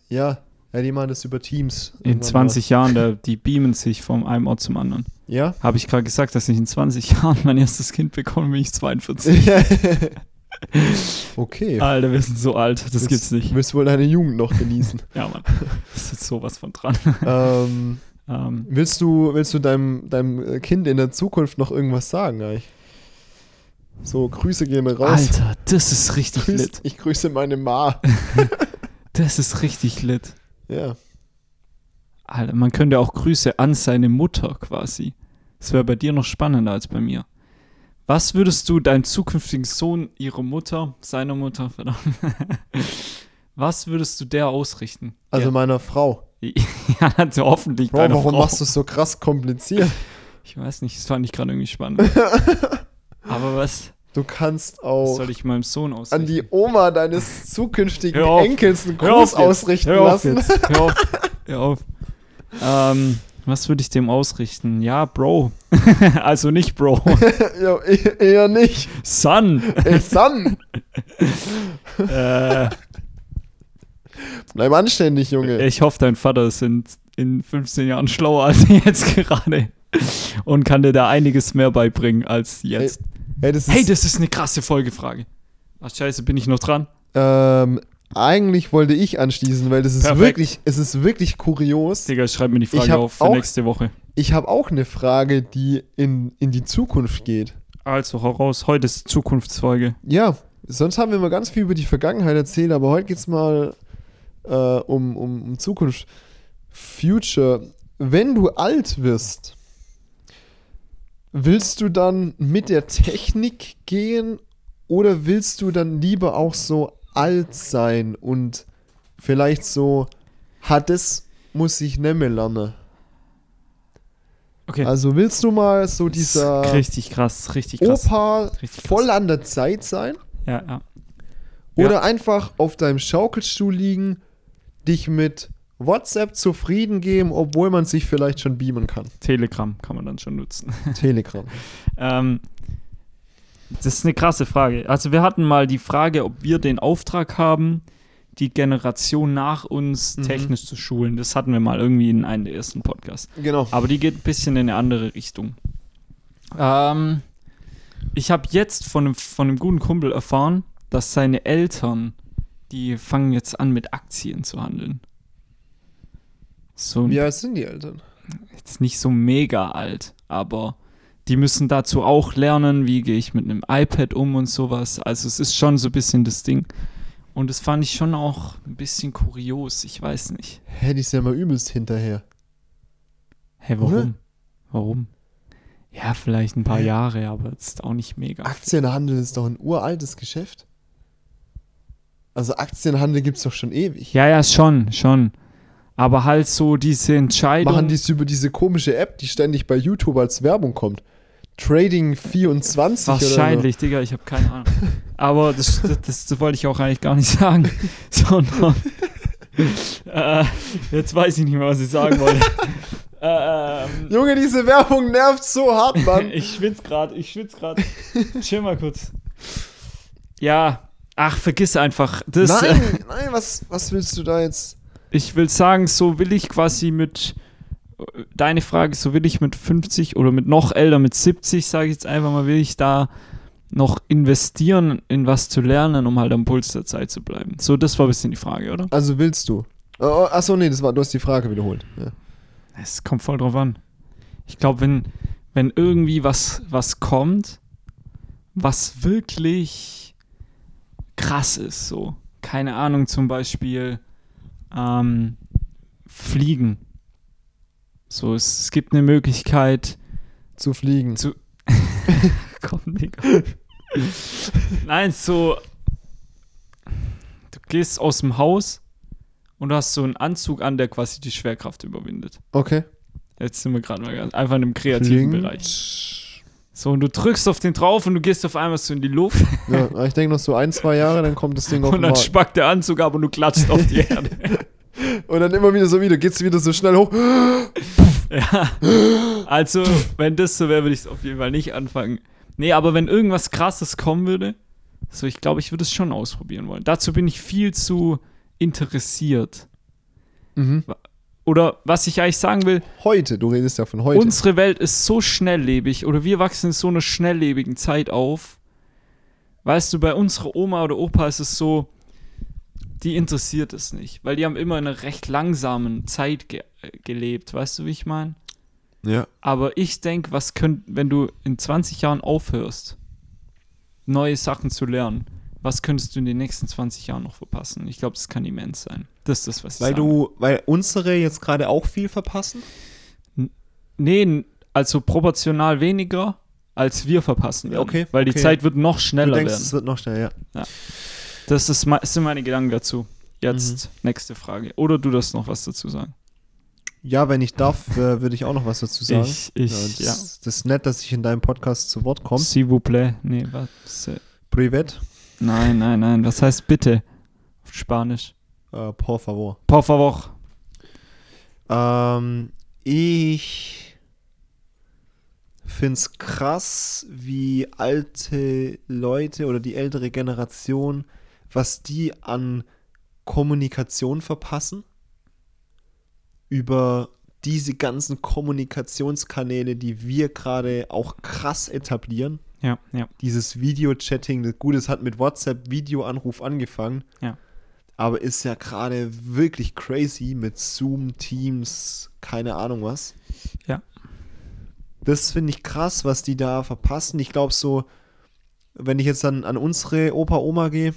Speaker 1: ja, ja die machen das über Teams.
Speaker 2: In
Speaker 1: Irgendwann mal.
Speaker 2: 20 Jahren, da, die beamen sich vom einem Ort zum anderen.
Speaker 1: Ja?
Speaker 2: Habe ich gerade gesagt, dass ich in 20 Jahren mein erstes Kind bekomme, bin ich 42.
Speaker 1: okay.
Speaker 2: Alter, wir sind so alt, das
Speaker 1: Willst-
Speaker 2: gibt's nicht.
Speaker 1: Willst wohl deine Jugend noch genießen.
Speaker 2: Ja, Mann. Das ist sowas von dran.
Speaker 1: ähm,
Speaker 2: Ähm,
Speaker 1: willst du, willst du deinem, deinem Kind in der Zukunft noch irgendwas sagen eigentlich? So, Grüße gehen raus.
Speaker 2: Alter, das ist richtig
Speaker 1: Grüß,
Speaker 2: lit.
Speaker 1: ich grüße meine Ma.
Speaker 2: Das ist richtig lit.
Speaker 1: ja.
Speaker 2: Alter, man könnte auch Grüße an seine Mutter quasi. Das wäre bei dir noch spannender als bei mir. Was würdest du deinem zukünftigen Sohn, ihrer Mutter, seiner Mutter, verdammt, was würdest du der ausrichten?
Speaker 1: Also meiner Frau.
Speaker 2: ja, also hoffentlich
Speaker 1: Bro,
Speaker 2: deiner
Speaker 1: warum
Speaker 2: Frau.
Speaker 1: machst du es so krass kompliziert?
Speaker 2: Ich weiß nicht, das fand ich gerade irgendwie spannend. Aber was
Speaker 1: Du kannst auch
Speaker 2: soll ich meinem Sohn
Speaker 1: an
Speaker 2: ausrichten?
Speaker 1: die Oma deines zukünftigen
Speaker 2: Hör auf.
Speaker 1: Enkels einen
Speaker 2: Hör
Speaker 1: Gruß
Speaker 2: auf jetzt.
Speaker 1: ausrichten
Speaker 2: Hör auf
Speaker 1: lassen.
Speaker 2: jetzt. Hör auf. Hör auf. Ähm, was würde ich dem ausrichten? Ja, Bro. also nicht Bro.
Speaker 1: ja, e- eher nicht.
Speaker 2: Son.
Speaker 1: Ey, Sam,
Speaker 2: Äh,
Speaker 1: bleib anständig, Junge.
Speaker 2: ich hoffe, dein Vater ist in, in 15 Jahren schlauer als jetzt gerade. Und kann dir da einiges mehr beibringen als jetzt.
Speaker 1: Ey, das ist,
Speaker 2: Hey, das ist eine krasse Folgefrage. Ach, scheiße, bin ich noch dran?
Speaker 1: ähm, eigentlich wollte ich anschließen, weil das ist
Speaker 2: Perfekt.
Speaker 1: wirklich, es ist wirklich kurios.
Speaker 2: Digga, schreib mir die
Speaker 1: Ich
Speaker 2: Frage
Speaker 1: hab
Speaker 2: auf für
Speaker 1: auch-
Speaker 2: nächste Woche.
Speaker 1: Ich habe auch eine Frage, die in, in die Zukunft geht.
Speaker 2: Also heraus, heute ist Zukunftsfolge.
Speaker 1: Ja, sonst haben wir immer ganz viel über die Vergangenheit erzählt, aber heute geht es mal äh, um, um, um Zukunft. Future. Wenn du alt wirst, willst du dann mit der Technik gehen oder willst du dann lieber auch so alt sein und vielleicht so, hat es, muss ich nehmen lernen?
Speaker 2: Okay.
Speaker 1: Also willst du mal so
Speaker 2: Das ist
Speaker 1: dieser
Speaker 2: richtig krass, richtig krass.
Speaker 1: Opa
Speaker 2: Richtig krass.
Speaker 1: voll an der Zeit sein?
Speaker 2: Ja, ja. Ja.
Speaker 1: Oder einfach auf deinem Schaukelstuhl liegen, dich mit WhatsApp zufrieden geben, obwohl man sich vielleicht schon beamen kann.
Speaker 2: Telegram kann man dann schon nutzen.
Speaker 1: Telegram.
Speaker 2: Ähm, das ist eine krasse Frage. Also wir hatten mal die Frage, ob wir den Auftrag haben, die Generation nach uns
Speaker 1: Mhm.
Speaker 2: technisch zu schulen. Das hatten wir mal irgendwie in einem der ersten Podcasts.
Speaker 1: Genau.
Speaker 2: Aber die geht ein bisschen in eine andere Richtung. Ähm, ich habe jetzt von einem, von einem guten Kumpel erfahren, dass seine Eltern, die fangen jetzt an mit Aktien zu handeln. So ein
Speaker 1: Wie alt sind die Eltern?
Speaker 2: jetzt nicht so mega alt, aber die müssen dazu auch lernen, wie gehe ich mit einem iPad um und sowas. Also es ist schon so ein bisschen das Ding. Und das fand ich schon auch ein bisschen kurios, ich weiß nicht.
Speaker 1: Hätte ich es ja mal übelst hinterher.
Speaker 2: Hä, warum?
Speaker 1: Oder?
Speaker 2: Warum? Ja, vielleicht ein paar Jahre, aber jetzt auch nicht mega.
Speaker 1: Aktienhandel ist doch ein uraltes Geschäft. Also Aktienhandel gibt es doch schon ewig.
Speaker 2: Ja, ja, schon, schon. Aber halt so diese Entscheidung.
Speaker 1: Machen die es über diese komische App, die ständig bei YouTube als Werbung kommt. Trading 24 oder
Speaker 2: Wahrscheinlich, Digga, ich habe keine Ahnung. Aber das, das, das wollte ich auch eigentlich gar nicht sagen, sondern äh, jetzt weiß ich nicht mehr, was ich sagen wollte. ähm,
Speaker 1: so. Junge, diese Werbung nervt so hart, Mann.
Speaker 2: ich schwitz gerade, ich schwitz gerade. Chill mal kurz. Ja, ach, vergiss einfach. Das, Äh,
Speaker 1: nein, nein, was, was willst du da jetzt?
Speaker 2: ich will sagen, so will ich quasi mit deine Frage, so will ich mit 50 oder mit noch älter, mit 70, sage ich jetzt einfach mal, will ich da noch investieren, in was zu lernen, um halt am Puls der Zeit zu bleiben. So, das war ein bisschen die Frage, oder?
Speaker 1: Also willst du? Oh, oh, achso, nee, das war, du hast die Frage wiederholt. Ja.
Speaker 2: Es kommt voll drauf an. Ich glaube, wenn, wenn irgendwie was, was kommt, was wirklich krass ist, so, keine Ahnung, zum Beispiel ähm, Fliegen. So, es, es gibt eine Möglichkeit,
Speaker 1: Zu fliegen.
Speaker 2: Zu- Komm, Digga. Nein, so du gehst aus dem Haus und du hast so einen Anzug an, der quasi die Schwerkraft überwindet.
Speaker 1: Okay.
Speaker 2: Jetzt sind wir gerade mal ganz einfach in einem kreativen Bereich. So, und du drückst auf den drauf und du gehst auf einmal so in die Luft
Speaker 1: Ja, ich denke noch so ein, zwei Jahre, dann kommt das Ding auf
Speaker 2: und
Speaker 1: den
Speaker 2: dann
Speaker 1: Markt.
Speaker 2: spackt der Anzug ab und du klatscht auf die Erde.
Speaker 1: Und dann immer wieder so wieder, geht's wieder so schnell hoch.
Speaker 2: Ja. Also, wenn das so wäre, würde ich es auf jeden Fall nicht anfangen. Nee, aber wenn irgendwas krasses kommen würde, so ich glaube, ich würde es schon ausprobieren wollen. Dazu bin ich viel zu interessiert.
Speaker 1: Mhm.
Speaker 2: Oder was ich eigentlich sagen will,
Speaker 1: Heute, du redest ja von heute.
Speaker 2: unsere Welt ist so schnelllebig oder wir wachsen in so einer schnelllebigen Zeit auf. Weißt du, bei unserer Oma oder Opa ist es so, die interessiert es nicht, weil die haben immer in einer recht langsamen Zeit ge gelebt. Weißt du, wie ich meine?
Speaker 1: ja.
Speaker 2: Aber ich denke, was könnt, wenn du in 20 Jahren aufhörst, neue Sachen zu lernen, was könntest du in den nächsten 20 Jahren noch verpassen? Ich glaube, das kann immens sein. Das ist das, was ich
Speaker 3: Weil
Speaker 2: sagen will.
Speaker 3: du, weil unsere jetzt gerade auch viel verpassen?
Speaker 2: Nee, n- also proportional weniger, als wir verpassen
Speaker 3: Ja,
Speaker 2: werden.
Speaker 3: okay,
Speaker 2: Weil die
Speaker 3: okay.
Speaker 2: Zeit wird noch
Speaker 3: Du
Speaker 2: schneller
Speaker 3: denkst,
Speaker 2: werden.
Speaker 3: es wird noch schneller, ja.
Speaker 2: Das ist me sind meine Gedanken dazu.
Speaker 3: Mhm.
Speaker 2: Jetzt nächste Frage. Oder du darfst noch was dazu sagen.
Speaker 1: Ja, wenn ich darf, äh, würde ich auch noch was dazu sagen.
Speaker 2: Ich, ich,
Speaker 1: ja,
Speaker 2: ja.
Speaker 1: das, das ist nett, dass ich in deinem Podcast zu Wort komme.
Speaker 2: S'il vous plaît. Nee, was? äh,
Speaker 1: Privet,
Speaker 2: Nein, nein, nein. Was heißt bitte? Auf Spanisch.
Speaker 1: äh, por favor.
Speaker 2: Por favor.
Speaker 1: Ähm, ich find's krass, wie alte Leute oder die ältere Generation, was die an Kommunikation verpassen über diese ganzen Kommunikationskanäle, die wir gerade auch krass etablieren.
Speaker 2: Ja, ja.
Speaker 1: dieses Video-Chatting, das Gute, es hat mit WhatsApp-Videoanruf angefangen.
Speaker 2: Ja.
Speaker 1: Aber ist ja gerade wirklich crazy mit Zoom, Teams, keine Ahnung was.
Speaker 2: Ja.
Speaker 1: Das finde ich krass, was die da verpassen. Ich glaube so, wenn ich jetzt dann an unsere Opa, Oma gehe,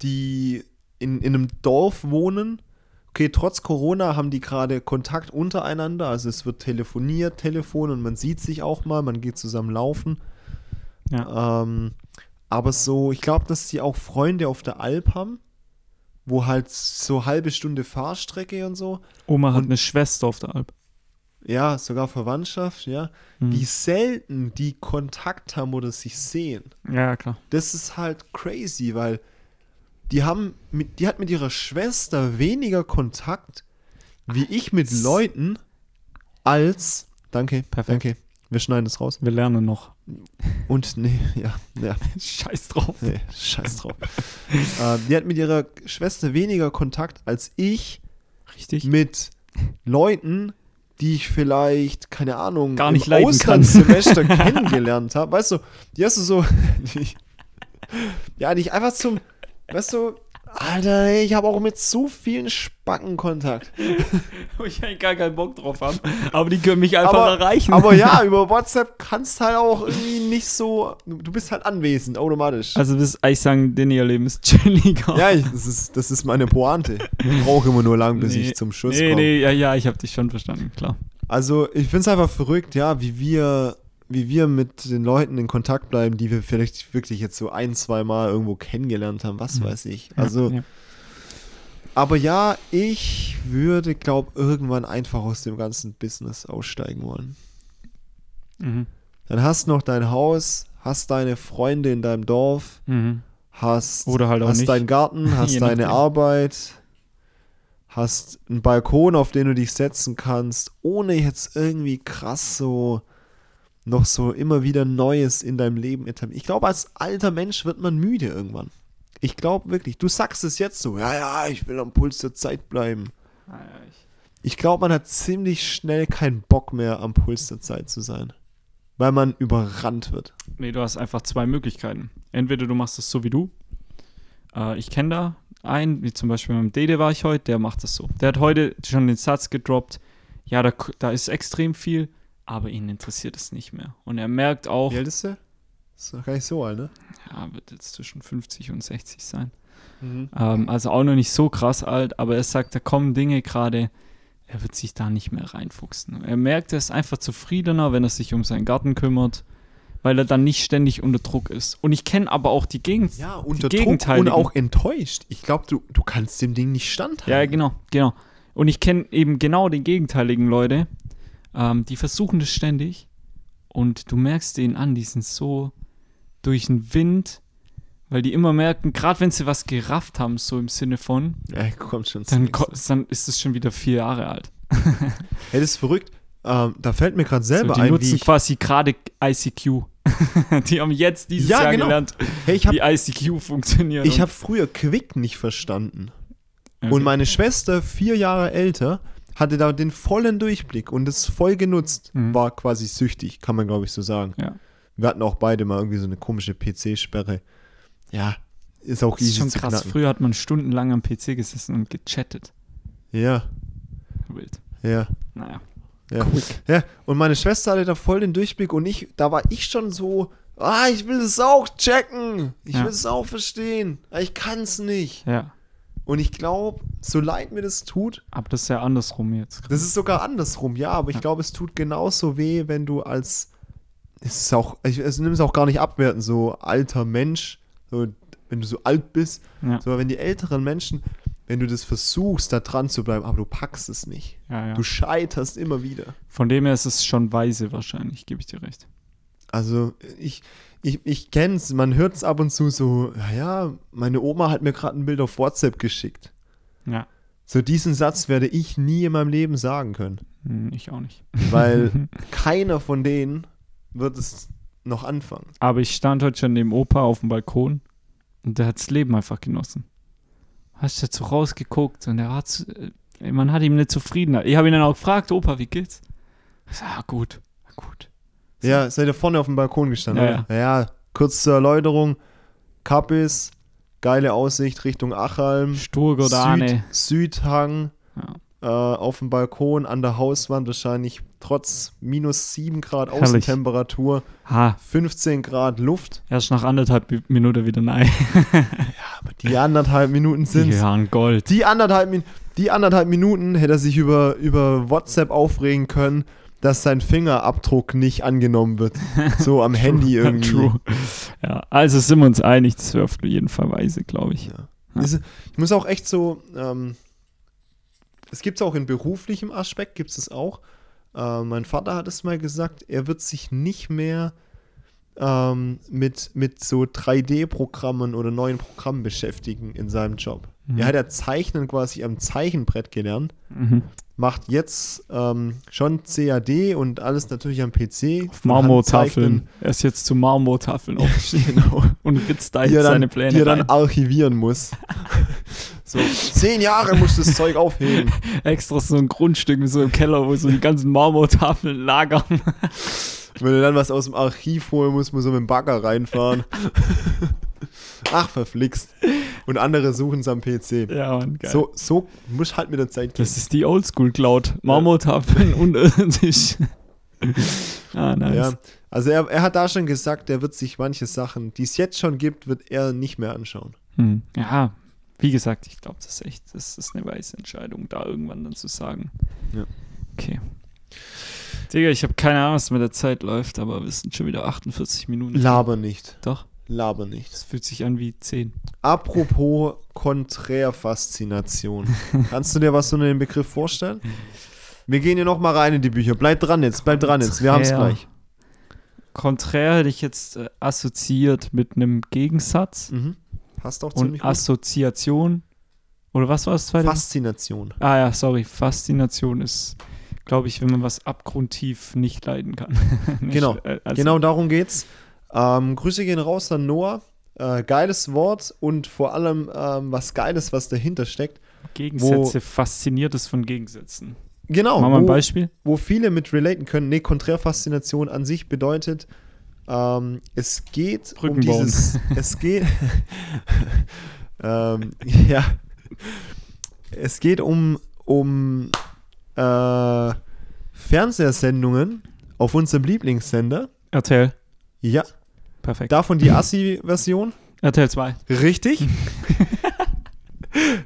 Speaker 1: die in, in einem Dorf wohnen, okay, trotz Corona haben die gerade Kontakt untereinander, also es wird telefoniert, Telefon und man sieht sich auch mal, man geht zusammen laufen. Ähm, aber so, ich glaube, dass die auch Freunde auf der Alp haben, wo halt so halbe Stunde Fahrstrecke und so.
Speaker 2: Oma hat
Speaker 1: Und-
Speaker 2: eine Schwester auf der Alp.
Speaker 1: Ja, sogar Verwandtschaft, ja. Wie selten die Kontakt haben oder sich sehen.
Speaker 2: Ja, klar.
Speaker 1: Das ist halt crazy, weil die haben mit, die hat mit ihrer Schwester weniger Kontakt, wie ich mit Leuten, als. Danke,
Speaker 2: Perfekt.
Speaker 1: danke. Wir schneiden das raus.
Speaker 2: Wir lernen noch.
Speaker 1: Und nee, ja, ja.
Speaker 2: Scheiß drauf.
Speaker 1: Nee, scheiß drauf. ähm, die hat mit ihrer Schwester weniger Kontakt als ich
Speaker 2: Richtig.
Speaker 1: mit Leuten, die ich vielleicht, keine Ahnung,
Speaker 2: Gar nicht
Speaker 1: im
Speaker 2: leiden kann.
Speaker 1: Auslandssemester kennengelernt habe. Weißt du, die hast du so. Die, ja, die ich einfach zum. Weißt du, Alter, ey, ich habe auch mit so vielen Spacken Kontakt.
Speaker 2: Wo ich eigentlich gar keinen Bock drauf habe. Aber die können mich einfach
Speaker 1: aber,
Speaker 2: erreichen.
Speaker 1: aber ja, über WhatsApp kannst halt auch irgendwie nicht so. Du bist halt anwesend, automatisch.
Speaker 2: Also du willst eigentlich sagen, denn ihr Leben ist chilliger.
Speaker 1: Ja, ich, das, ist, das ist meine Pointe. Ich brauche immer nur lang, bis
Speaker 2: Nee.
Speaker 1: ich zum Schuss
Speaker 2: Nee,
Speaker 1: komme.
Speaker 2: nee, ja, ja, ich habe dich schon verstanden, klar.
Speaker 1: Also, ich finde es einfach verrückt, ja, wie wir, wie wir mit den Leuten in Kontakt bleiben, die wir vielleicht wirklich jetzt so ein, zwei Mal irgendwo kennengelernt haben, was weiß ich. Also,
Speaker 2: Mhm. ja.
Speaker 1: aber ja, ich würde, glaube irgendwann einfach aus dem ganzen Business aussteigen wollen.
Speaker 2: Mhm.
Speaker 1: Dann hast du noch dein Haus, hast deine Freunde in deinem Dorf,
Speaker 2: Mhm.
Speaker 1: hast,
Speaker 2: Oder halt auch
Speaker 1: hast
Speaker 2: nicht.
Speaker 1: deinen Garten, hast
Speaker 2: Je
Speaker 1: deine
Speaker 2: nachdem.
Speaker 1: Arbeit, hast einen Balkon, auf den du dich setzen kannst, ohne jetzt irgendwie krass so noch so immer wieder Neues in deinem Leben etablieren. Ich glaube, als alter Mensch wird man müde irgendwann. Ich glaube wirklich, du sagst es jetzt so, ja, ja, ich will am Puls der Zeit bleiben.
Speaker 2: Ah,
Speaker 1: Ich glaube, man hat ziemlich schnell keinen Bock mehr, am Puls der Zeit zu sein, weil man überrannt wird.
Speaker 2: Nee, du hast einfach zwei Möglichkeiten. Entweder du machst es so wie du. Äh, ich kenne da einen, wie zum Beispiel mit dem Dede war ich heute, der macht das so. Der hat heute schon den Satz gedroppt, ja, da, da ist extrem viel, aber ihn interessiert es nicht mehr. Und er merkt auch,
Speaker 1: Wie alt ist der? Ist doch gar nicht so alt, ne?
Speaker 2: ja, wird jetzt zwischen 50 und 60 sein. Ähm, also auch noch nicht so krass alt, aber er sagt, da kommen Dinge gerade, er wird sich da nicht mehr reinfuchsen. Er merkt, er ist einfach zufriedener, wenn er sich um seinen Garten kümmert. weil er dann nicht ständig unter Druck ist. Und ich kenne aber auch die Gegend.
Speaker 1: Ja, unter
Speaker 2: die
Speaker 1: Druck und
Speaker 2: Gegenteiligen.
Speaker 1: auch enttäuscht. Ich glaube, du, du kannst dem Ding nicht standhalten.
Speaker 2: Ja, genau, genau. Und ich kenne eben genau den gegenteiligen Leute, ähm, die versuchen das ständig und du merkst denen an, die sind so durch den Wind, weil die immer merken, gerade wenn sie was gerafft haben, so im Sinne von,
Speaker 1: Ja, kommt schon
Speaker 2: dann,
Speaker 1: zunächst.
Speaker 2: ko- dann ist es schon wieder vier Jahre alt.
Speaker 1: Hey, das ist verrückt. Ähm, da fällt mir gerade
Speaker 2: So,
Speaker 1: selber
Speaker 2: die
Speaker 1: ein, wie
Speaker 2: nutzen
Speaker 1: ich,
Speaker 2: quasi gerade ICQ. die haben jetzt dieses
Speaker 1: Ja,
Speaker 2: Jahr
Speaker 1: genau.
Speaker 2: gelernt,
Speaker 1: hey, ich habe
Speaker 2: wie ICQ funktioniert.
Speaker 1: ich hab früher Quick nicht verstanden.
Speaker 2: Und-
Speaker 1: Und meine Schwester, vier Jahre älter, hatte da den vollen Durchblick und das voll genutzt.
Speaker 2: Mhm.
Speaker 1: War quasi süchtig, kann man glaube ich so sagen.
Speaker 2: Ja.
Speaker 1: Wir hatten auch beide mal irgendwie so eine komische PC-Sperre. Ja, ist auch
Speaker 2: Das ist
Speaker 1: easy
Speaker 2: schon
Speaker 1: zu
Speaker 2: krass.
Speaker 1: knacken.
Speaker 2: Früher hat man stundenlang am PC gesessen und gechattet.
Speaker 1: Ja,
Speaker 2: Wild.
Speaker 1: ja.
Speaker 2: Naja.
Speaker 1: Ja. ja, und meine Schwester hatte da voll den Durchblick und ich, da war ich schon so, ah, ich will es auch checken. Ich
Speaker 2: Ja.
Speaker 1: will es auch verstehen. Aber Ich kann es nicht.
Speaker 2: Ja.
Speaker 1: Und ich glaube, so leid mir das tut,
Speaker 2: Aber das ist ja andersrum jetzt.
Speaker 1: das ist sogar andersrum, ja, aber ich glaube, es tut genauso weh, wenn du als, es ist auch, ich es nimm es auch gar nicht abwerten, so alter Mensch, so, wenn du so alt bist,
Speaker 2: Ja.
Speaker 1: so, aber wenn die älteren Menschen, wenn du das versuchst, da dran zu bleiben, aber du packst es nicht.
Speaker 2: Ja, ja.
Speaker 1: Du scheiterst immer wieder.
Speaker 2: Von dem her ist es schon weise wahrscheinlich, gebe ich dir recht.
Speaker 1: Also ich, ich, ich kenn's, man hört es ab und zu so, ja, meine Oma hat mir gerade ein Bild auf WhatsApp geschickt.
Speaker 2: Ja.
Speaker 1: So diesen Satz werde ich nie in meinem Leben sagen können,
Speaker 2: Hm, Ich auch nicht.
Speaker 1: weil keiner von denen wird es noch anfangen.
Speaker 2: Aber ich stand heute schon neben Opa auf dem Balkon und der hat das Leben einfach genossen. Hast dazu rausgeguckt und er hat, zu- äh, man hat ihm eine Zufriedenheit. Ich habe ihn dann auch gefragt, Opa, wie geht's? Er sagt, Ah, gut, ah, gut.
Speaker 1: Ja, seid ihr vorne auf dem Balkon gestanden,
Speaker 2: Ja,
Speaker 1: oder? Ja. kurz zur Erläuterung. Kappis, geile Aussicht Richtung Achalm,
Speaker 2: Sturger oder
Speaker 1: Süd,
Speaker 2: Ahne.
Speaker 1: Südhang,
Speaker 2: Ja.
Speaker 1: äh, auf dem Balkon, an der Hauswand wahrscheinlich trotz minus 7 Grad
Speaker 2: Herrlich.
Speaker 1: Außentemperatur.
Speaker 2: Ha,
Speaker 1: 15 Grad Luft.
Speaker 2: erst nach anderthalb Mi- Minuten wieder nein.
Speaker 1: Die anderthalb Minuten sind
Speaker 2: Ja, ein Gold.
Speaker 1: die anderthalb, Min- die anderthalb Minuten hätte er sich über, über WhatsApp aufregen können, dass sein Fingerabdruck nicht angenommen wird. So am Handy irgendwie.
Speaker 2: True. Ja, also sind wir uns einig, das wäre auf jeden Fall weise, glaube ich. Ja.
Speaker 1: Ist, ich muss auch echt so, ähm, es gibt es auch in beruflichem Aspekt, gibt es auch. Äh, mein Vater hat es mal gesagt, er wird sich nicht mehr ähm, mit, mit so 3D-Programmen oder neuen Programmen beschäftigen in seinem Job.
Speaker 2: Mhm.
Speaker 1: Er hat ja Zeichnen quasi am Zeichenbrett gelernt,
Speaker 2: Mhm.
Speaker 1: macht jetzt ähm, schon CAD und alles natürlich am PC.
Speaker 2: Auf
Speaker 1: Von Hand
Speaker 2: Marmortafeln.
Speaker 1: zeichnen,
Speaker 2: Er ist jetzt zu Marmortafeln aufgestiegen
Speaker 1: Genau.
Speaker 2: und ritzt da
Speaker 1: die
Speaker 2: jetzt
Speaker 1: er dann,
Speaker 2: Halt seine Pläne
Speaker 1: die er dann
Speaker 2: rein.
Speaker 1: archivieren muss. so, zehn Jahre muss das Zeug aufheben.
Speaker 2: Extra so ein Grundstück mit so einem Keller, wo so die ganzen Marmortafeln lagern.
Speaker 1: Wenn du dann was aus dem Archiv holen musst, muss man mit dem Bagger reinfahren. Ach, verflixt. Und andere suchen es am PC.
Speaker 2: Ja, Mann, geil.
Speaker 1: So, so muss halt mit der Zeit gehen.
Speaker 2: Das ist die Oldschool-Cloud. Marmortafeln unterirdisch. ah, nice.
Speaker 1: Ja. Also er, er hat da schon gesagt, er wird sich manche Sachen, die es jetzt schon gibt, wird er nicht mehr anschauen.
Speaker 2: Hm. ja, wie gesagt, ich glaube, das ist echt, das ist eine weise Entscheidung, da irgendwann dann zu sagen.
Speaker 1: Ja.
Speaker 2: Okay. Digga, ich habe keine Ahnung, was mit der Zeit läuft, aber wir sind schon wieder 48 Minuten.
Speaker 1: Laber nicht.
Speaker 2: Doch,
Speaker 1: Laber nicht.
Speaker 2: das fühlt sich an wie 10.
Speaker 1: Apropos Konträrfaszination. Kannst du dir was unter dem Begriff vorstellen? Wir gehen hier nochmal rein in die Bücher. Bleib dran jetzt, bleib dran jetzt. Wir haben es
Speaker 2: Konträr.
Speaker 1: gleich.
Speaker 2: Konträr hätte ich jetzt äh, assoziiert mit einem Gegensatz
Speaker 1: Mhm. Passt auch
Speaker 2: und
Speaker 1: ziemlich gut.
Speaker 2: Assoziation. Oder was war das zweite?
Speaker 1: Faszination.
Speaker 2: ah ja, sorry. Faszination ist, glaube ich, wenn man was abgrundtief nicht leiden kann. Nicht,
Speaker 1: Genau,
Speaker 2: äh, also-
Speaker 1: genau darum geht's. Ähm, Grüße gehen raus an Noah. Äh, geiles Wort und vor allem ähm, was Geiles, was dahinter steckt.
Speaker 2: Gegensätze, fasziniert es von Gegensätzen.
Speaker 1: Genau,
Speaker 2: Machen wir ein
Speaker 1: wo,
Speaker 2: Beispiel.
Speaker 1: wo viele mit relaten können. Nee, Konträrfaszination an sich bedeutet, ähm, es geht um
Speaker 2: Brücken bauen.
Speaker 1: dieses. Es geht. ähm, ja. Es geht um, um äh, Fernsehsendungen auf unserem Lieblingssender.
Speaker 2: RTL.
Speaker 1: Ja,
Speaker 2: Perfekt.
Speaker 1: davon die Assi-Version.
Speaker 2: RTL 2.
Speaker 1: Richtig.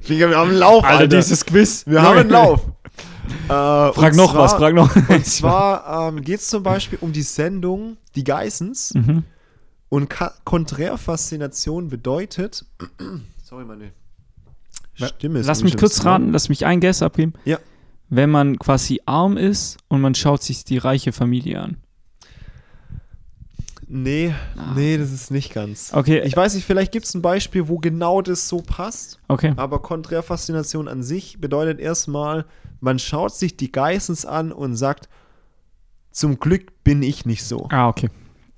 Speaker 1: Digga, wir haben einen Lauf, Alter.
Speaker 2: Quiz.
Speaker 1: wir haben einen Lauf.
Speaker 2: Frag noch was, frag noch.
Speaker 1: Und zwar ähm, geht es zum Beispiel um die Sendung Die Geissens.
Speaker 2: Mhm.
Speaker 1: Und Ka Konträrfaszination bedeutet. Sorry, meine Stimme ist.
Speaker 2: Lass
Speaker 1: irgendwie
Speaker 2: mich
Speaker 1: schon
Speaker 2: kurz
Speaker 1: zu
Speaker 2: raten, lass mich einen Guess abgeben.
Speaker 1: Ja.
Speaker 2: Wenn man quasi arm ist und man schaut sich die reiche Familie an.
Speaker 1: lang. Nee,
Speaker 2: Ah.
Speaker 1: nee, das ist nicht ganz.
Speaker 2: Okay,
Speaker 1: Ich weiß nicht, vielleicht gibt es ein Beispiel, wo genau das so passt.
Speaker 2: okay.
Speaker 1: Aber Konträrfaszination an sich bedeutet erstmal, man schaut sich die Geissens an und sagt, zum Glück bin ich nicht so.
Speaker 2: Ah, okay.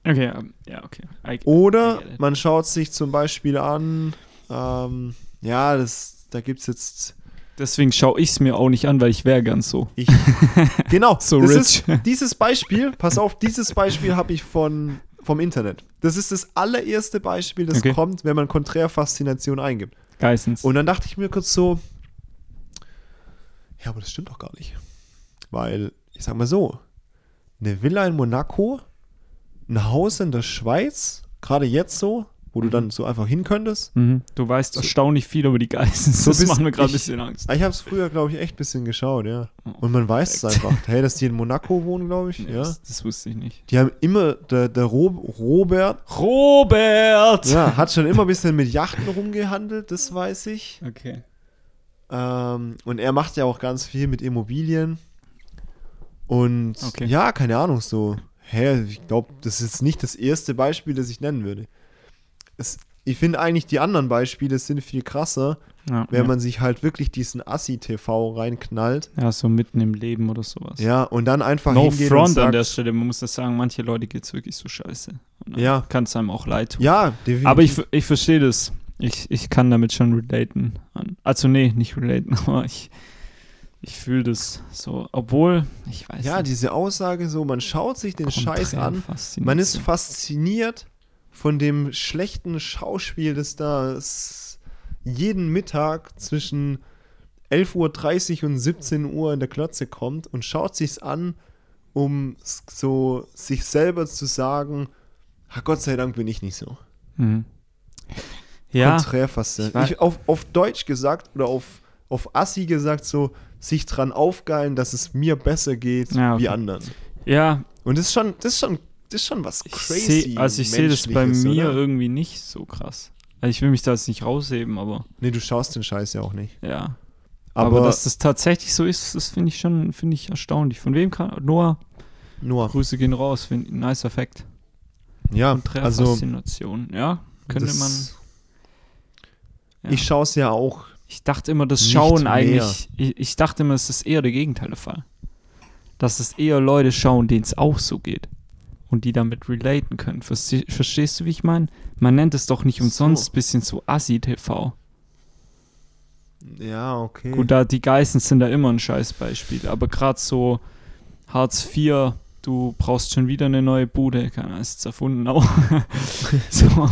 Speaker 2: Okay, ja, ja, okay. I-
Speaker 1: Oh. Oder
Speaker 2: I get it.
Speaker 1: man schaut sich zum Beispiel an, ähm, ja, das, da gibt es jetzt,
Speaker 2: Deswegen schaue ich es mir auch nicht an, weil ich wäre ganz so.
Speaker 1: ich, genau,
Speaker 2: So
Speaker 1: das
Speaker 2: rich.
Speaker 1: Ist, dieses Beispiel, pass auf, dieses Beispiel habe ich von, vom Internet. Das ist das allererste Beispiel, das
Speaker 2: Okay.
Speaker 1: kommt, wenn man Konträrfaszination eingibt.
Speaker 2: Geissens.
Speaker 1: Und dann dachte ich mir kurz so, ja, aber das stimmt doch gar nicht. Weil, ich sag mal so, eine Villa in Monaco, ein Haus in der Schweiz, gerade jetzt so, wo du dann so einfach hin könntest.
Speaker 2: Mhm. Du weißt erstaunlich viel über die Geissens. Das
Speaker 1: bist-
Speaker 2: macht mir gerade ein
Speaker 1: ich-
Speaker 2: bisschen Angst.
Speaker 1: Ich habe es früher, glaube ich, echt ein bisschen geschaut, ja.
Speaker 2: Oh,
Speaker 1: Und man weiß es
Speaker 2: perfekt.
Speaker 1: einfach. Hey, dass die in Monaco wohnen, glaube ich.
Speaker 2: Nee,
Speaker 1: Ja.
Speaker 2: das, das wusste ich nicht.
Speaker 1: Die haben immer, der, der Rob, Robert
Speaker 2: Robert!
Speaker 1: ja, hat schon immer ein bisschen mit Yachten rumgehandelt, das weiß ich.
Speaker 2: Okay.
Speaker 1: Ähm, und er macht ja auch ganz viel mit Immobilien. Und
Speaker 2: Okay.
Speaker 1: ja, keine Ahnung, so. Hä, ich glaube, das ist nicht das erste Beispiel, das ich nennen würde. Es, ich finde eigentlich, die anderen Beispiele sind viel krasser,
Speaker 2: Ja,
Speaker 1: wenn
Speaker 2: ja.
Speaker 1: man sich halt wirklich diesen Assi-TV reinknallt.
Speaker 2: ja, so mitten im Leben oder sowas.
Speaker 1: Ja, und dann einfach
Speaker 2: No
Speaker 1: hingehen
Speaker 2: front
Speaker 1: und
Speaker 2: an
Speaker 1: sagt,
Speaker 2: der Stelle. Man muss das sagen, manche Leute geht es wirklich so scheiße. Und dann
Speaker 1: Ja.
Speaker 2: Kann es einem auch leid tun.
Speaker 1: Ja, definitiv.
Speaker 2: Aber ich, ich verstehe das. Ich, ich kann damit schon relaten. An. Also, nee, nicht relaten, aber ich, ich fühle das so. Obwohl, ich weiß
Speaker 1: ja,
Speaker 2: nicht.
Speaker 1: diese Aussage so, man schaut sich den Scheiß an,
Speaker 2: Konträrfaszination.
Speaker 1: man ist fasziniert von dem schlechten Schauspiel, das da s- jeden Mittag zwischen 11.30 Uhr und 17 Uhr in der Klotze kommt und schaut sich's an, um s- so sich selber zu sagen, "Ah, Gott sei Dank bin ich nicht so.
Speaker 2: Mhm. Ja, Ich
Speaker 1: Konträrfaszination.
Speaker 2: weiß-
Speaker 1: Ich, auf, auf Deutsch gesagt oder auf, auf Assi gesagt, so sich dran aufgeilen, dass es mir besser geht
Speaker 2: Ja, okay.
Speaker 1: wie anderen.
Speaker 2: ja,
Speaker 1: Und das ist schon, das ist schon, das ist schon was
Speaker 2: ich
Speaker 1: crazy.
Speaker 2: seh, also ich sehe das bei
Speaker 1: Menschliches,
Speaker 2: mir
Speaker 1: Oder?
Speaker 2: irgendwie nicht so krass. Also ich will mich da jetzt nicht rausheben, aber
Speaker 1: Nee, du schaust den Scheiß ja auch nicht.
Speaker 2: ja. Aber,
Speaker 1: Aber,
Speaker 2: dass das tatsächlich so ist, das finde ich schon, finde ich erstaunlich. Von wem kann Noah?
Speaker 1: Noah.
Speaker 2: Grüße gehen raus, find, nice Effekt.
Speaker 1: Ja, also
Speaker 2: Konträrfaszination, ja, könnte
Speaker 1: das-
Speaker 2: man. Ja.
Speaker 1: Ich schaue es ja auch.
Speaker 2: Ich dachte immer, das
Speaker 1: Nicht
Speaker 2: Schauen
Speaker 1: mehr.
Speaker 2: eigentlich, ich, ich dachte immer, es ist eher der Gegenteil der Fall. Dass es eher Leute schauen, denen es auch so geht. Und die damit relaten können. Verste verstehst du, wie ich meine? Man nennt es doch nicht
Speaker 1: So.
Speaker 2: umsonst bisschen so Assi-TV.
Speaker 1: Ja, okay.
Speaker 2: Gut, da die Geißen sind da immer ein Scheißbeispiel. Aber gerade so Hartz IV, du brauchst schon wieder eine neue Bude. Keine Ahnung, ist jetzt erfunden auch. so,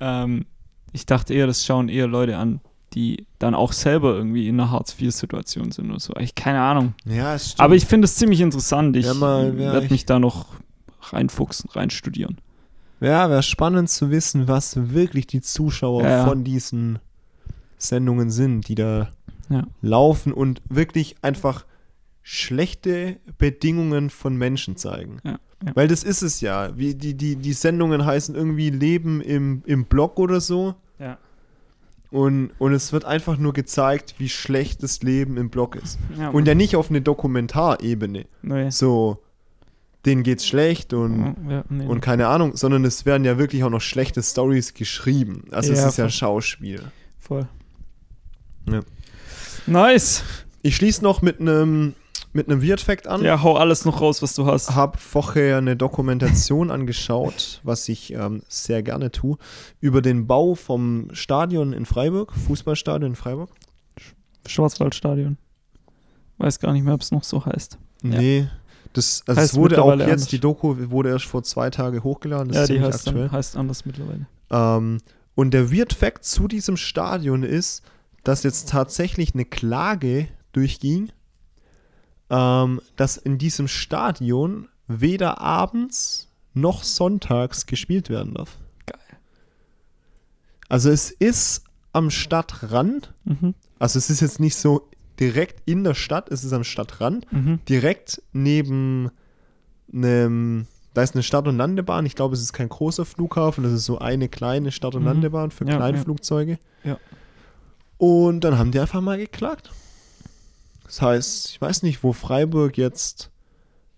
Speaker 2: ähm, ich dachte eher, das schauen eher Leute an, die dann auch selber irgendwie in einer Hartz IV-Situation sind oder so. Ich keine Ahnung.
Speaker 1: ja, es stimmt.
Speaker 2: Aber ich finde es ziemlich interessant. Ich
Speaker 1: Ja, mal, ja,
Speaker 2: werde
Speaker 1: ich-
Speaker 2: mich da noch reinfuchsen, reinstudieren.
Speaker 1: ja, wäre spannend zu wissen, was wirklich die Zuschauer
Speaker 2: Ja, ja.
Speaker 1: von diesen Sendungen sind, die da
Speaker 2: Ja.
Speaker 1: laufen und wirklich einfach schlechte Bedingungen von Menschen zeigen.
Speaker 2: Ja, ja.
Speaker 1: Weil das ist es ja. Wie die, die, die Sendungen heißen irgendwie Leben im, im Blog oder so.
Speaker 2: Ja.
Speaker 1: Und, und es wird einfach nur gezeigt, wie schlecht das Leben im Blog ist. Und ja nicht auf eine Dokumentarebene.
Speaker 2: nee.
Speaker 1: So, denen geht's schlecht und,
Speaker 2: ja, nee.
Speaker 1: und keine Ahnung, sondern es werden ja wirklich auch noch schlechte Stories geschrieben. Also es
Speaker 2: Ja,
Speaker 1: ist ja
Speaker 2: voll.
Speaker 1: Schauspiel.
Speaker 2: voll.
Speaker 1: Ja.
Speaker 2: Nice.
Speaker 1: Ich schließe noch mit einem mit einem Weird Fact an.
Speaker 2: Ja, hau alles noch raus, was du hast.
Speaker 1: habe vorher eine Dokumentation angeschaut, was ich ähm, sehr gerne tue, über den Bau vom Stadion in Freiburg, Fußballstadion in Freiburg.
Speaker 2: Schwarzwaldstadion. Weiß gar nicht mehr, ob es noch so heißt. Ja.
Speaker 1: Nee, das, also es
Speaker 2: Heißt
Speaker 1: wurde auch jetzt,
Speaker 2: mittlerweile anders.
Speaker 1: die Doku wurde erst vor zwei Tagen hochgeladen, das
Speaker 2: ja,
Speaker 1: ist
Speaker 2: die
Speaker 1: ziemlich
Speaker 2: heißt,
Speaker 1: aktuell.
Speaker 2: dann, heißt anders mittlerweile.
Speaker 1: Ähm, und der Weird Fact zu diesem Stadion ist, dass jetzt tatsächlich eine Klage durchging, ähm, dass in diesem Stadion weder abends noch sonntags gespielt werden darf.
Speaker 2: Geil.
Speaker 1: Also es ist am Stadtrand,
Speaker 2: Mhm.
Speaker 1: also es ist jetzt nicht so direkt in der Stadt, es ist am Stadtrand,
Speaker 2: Mhm.
Speaker 1: direkt neben einem, da ist eine Start- und Landebahn. Ich glaube, es ist kein großer Flughafen, das ist so eine kleine Start- und
Speaker 2: Mhm.
Speaker 1: Landebahn für
Speaker 2: Ja, ja.
Speaker 1: Kleinflugzeuge.
Speaker 2: Ja.
Speaker 1: Und dann haben die einfach mal geklagt. Das heißt, ich weiß nicht, wo Freiburg jetzt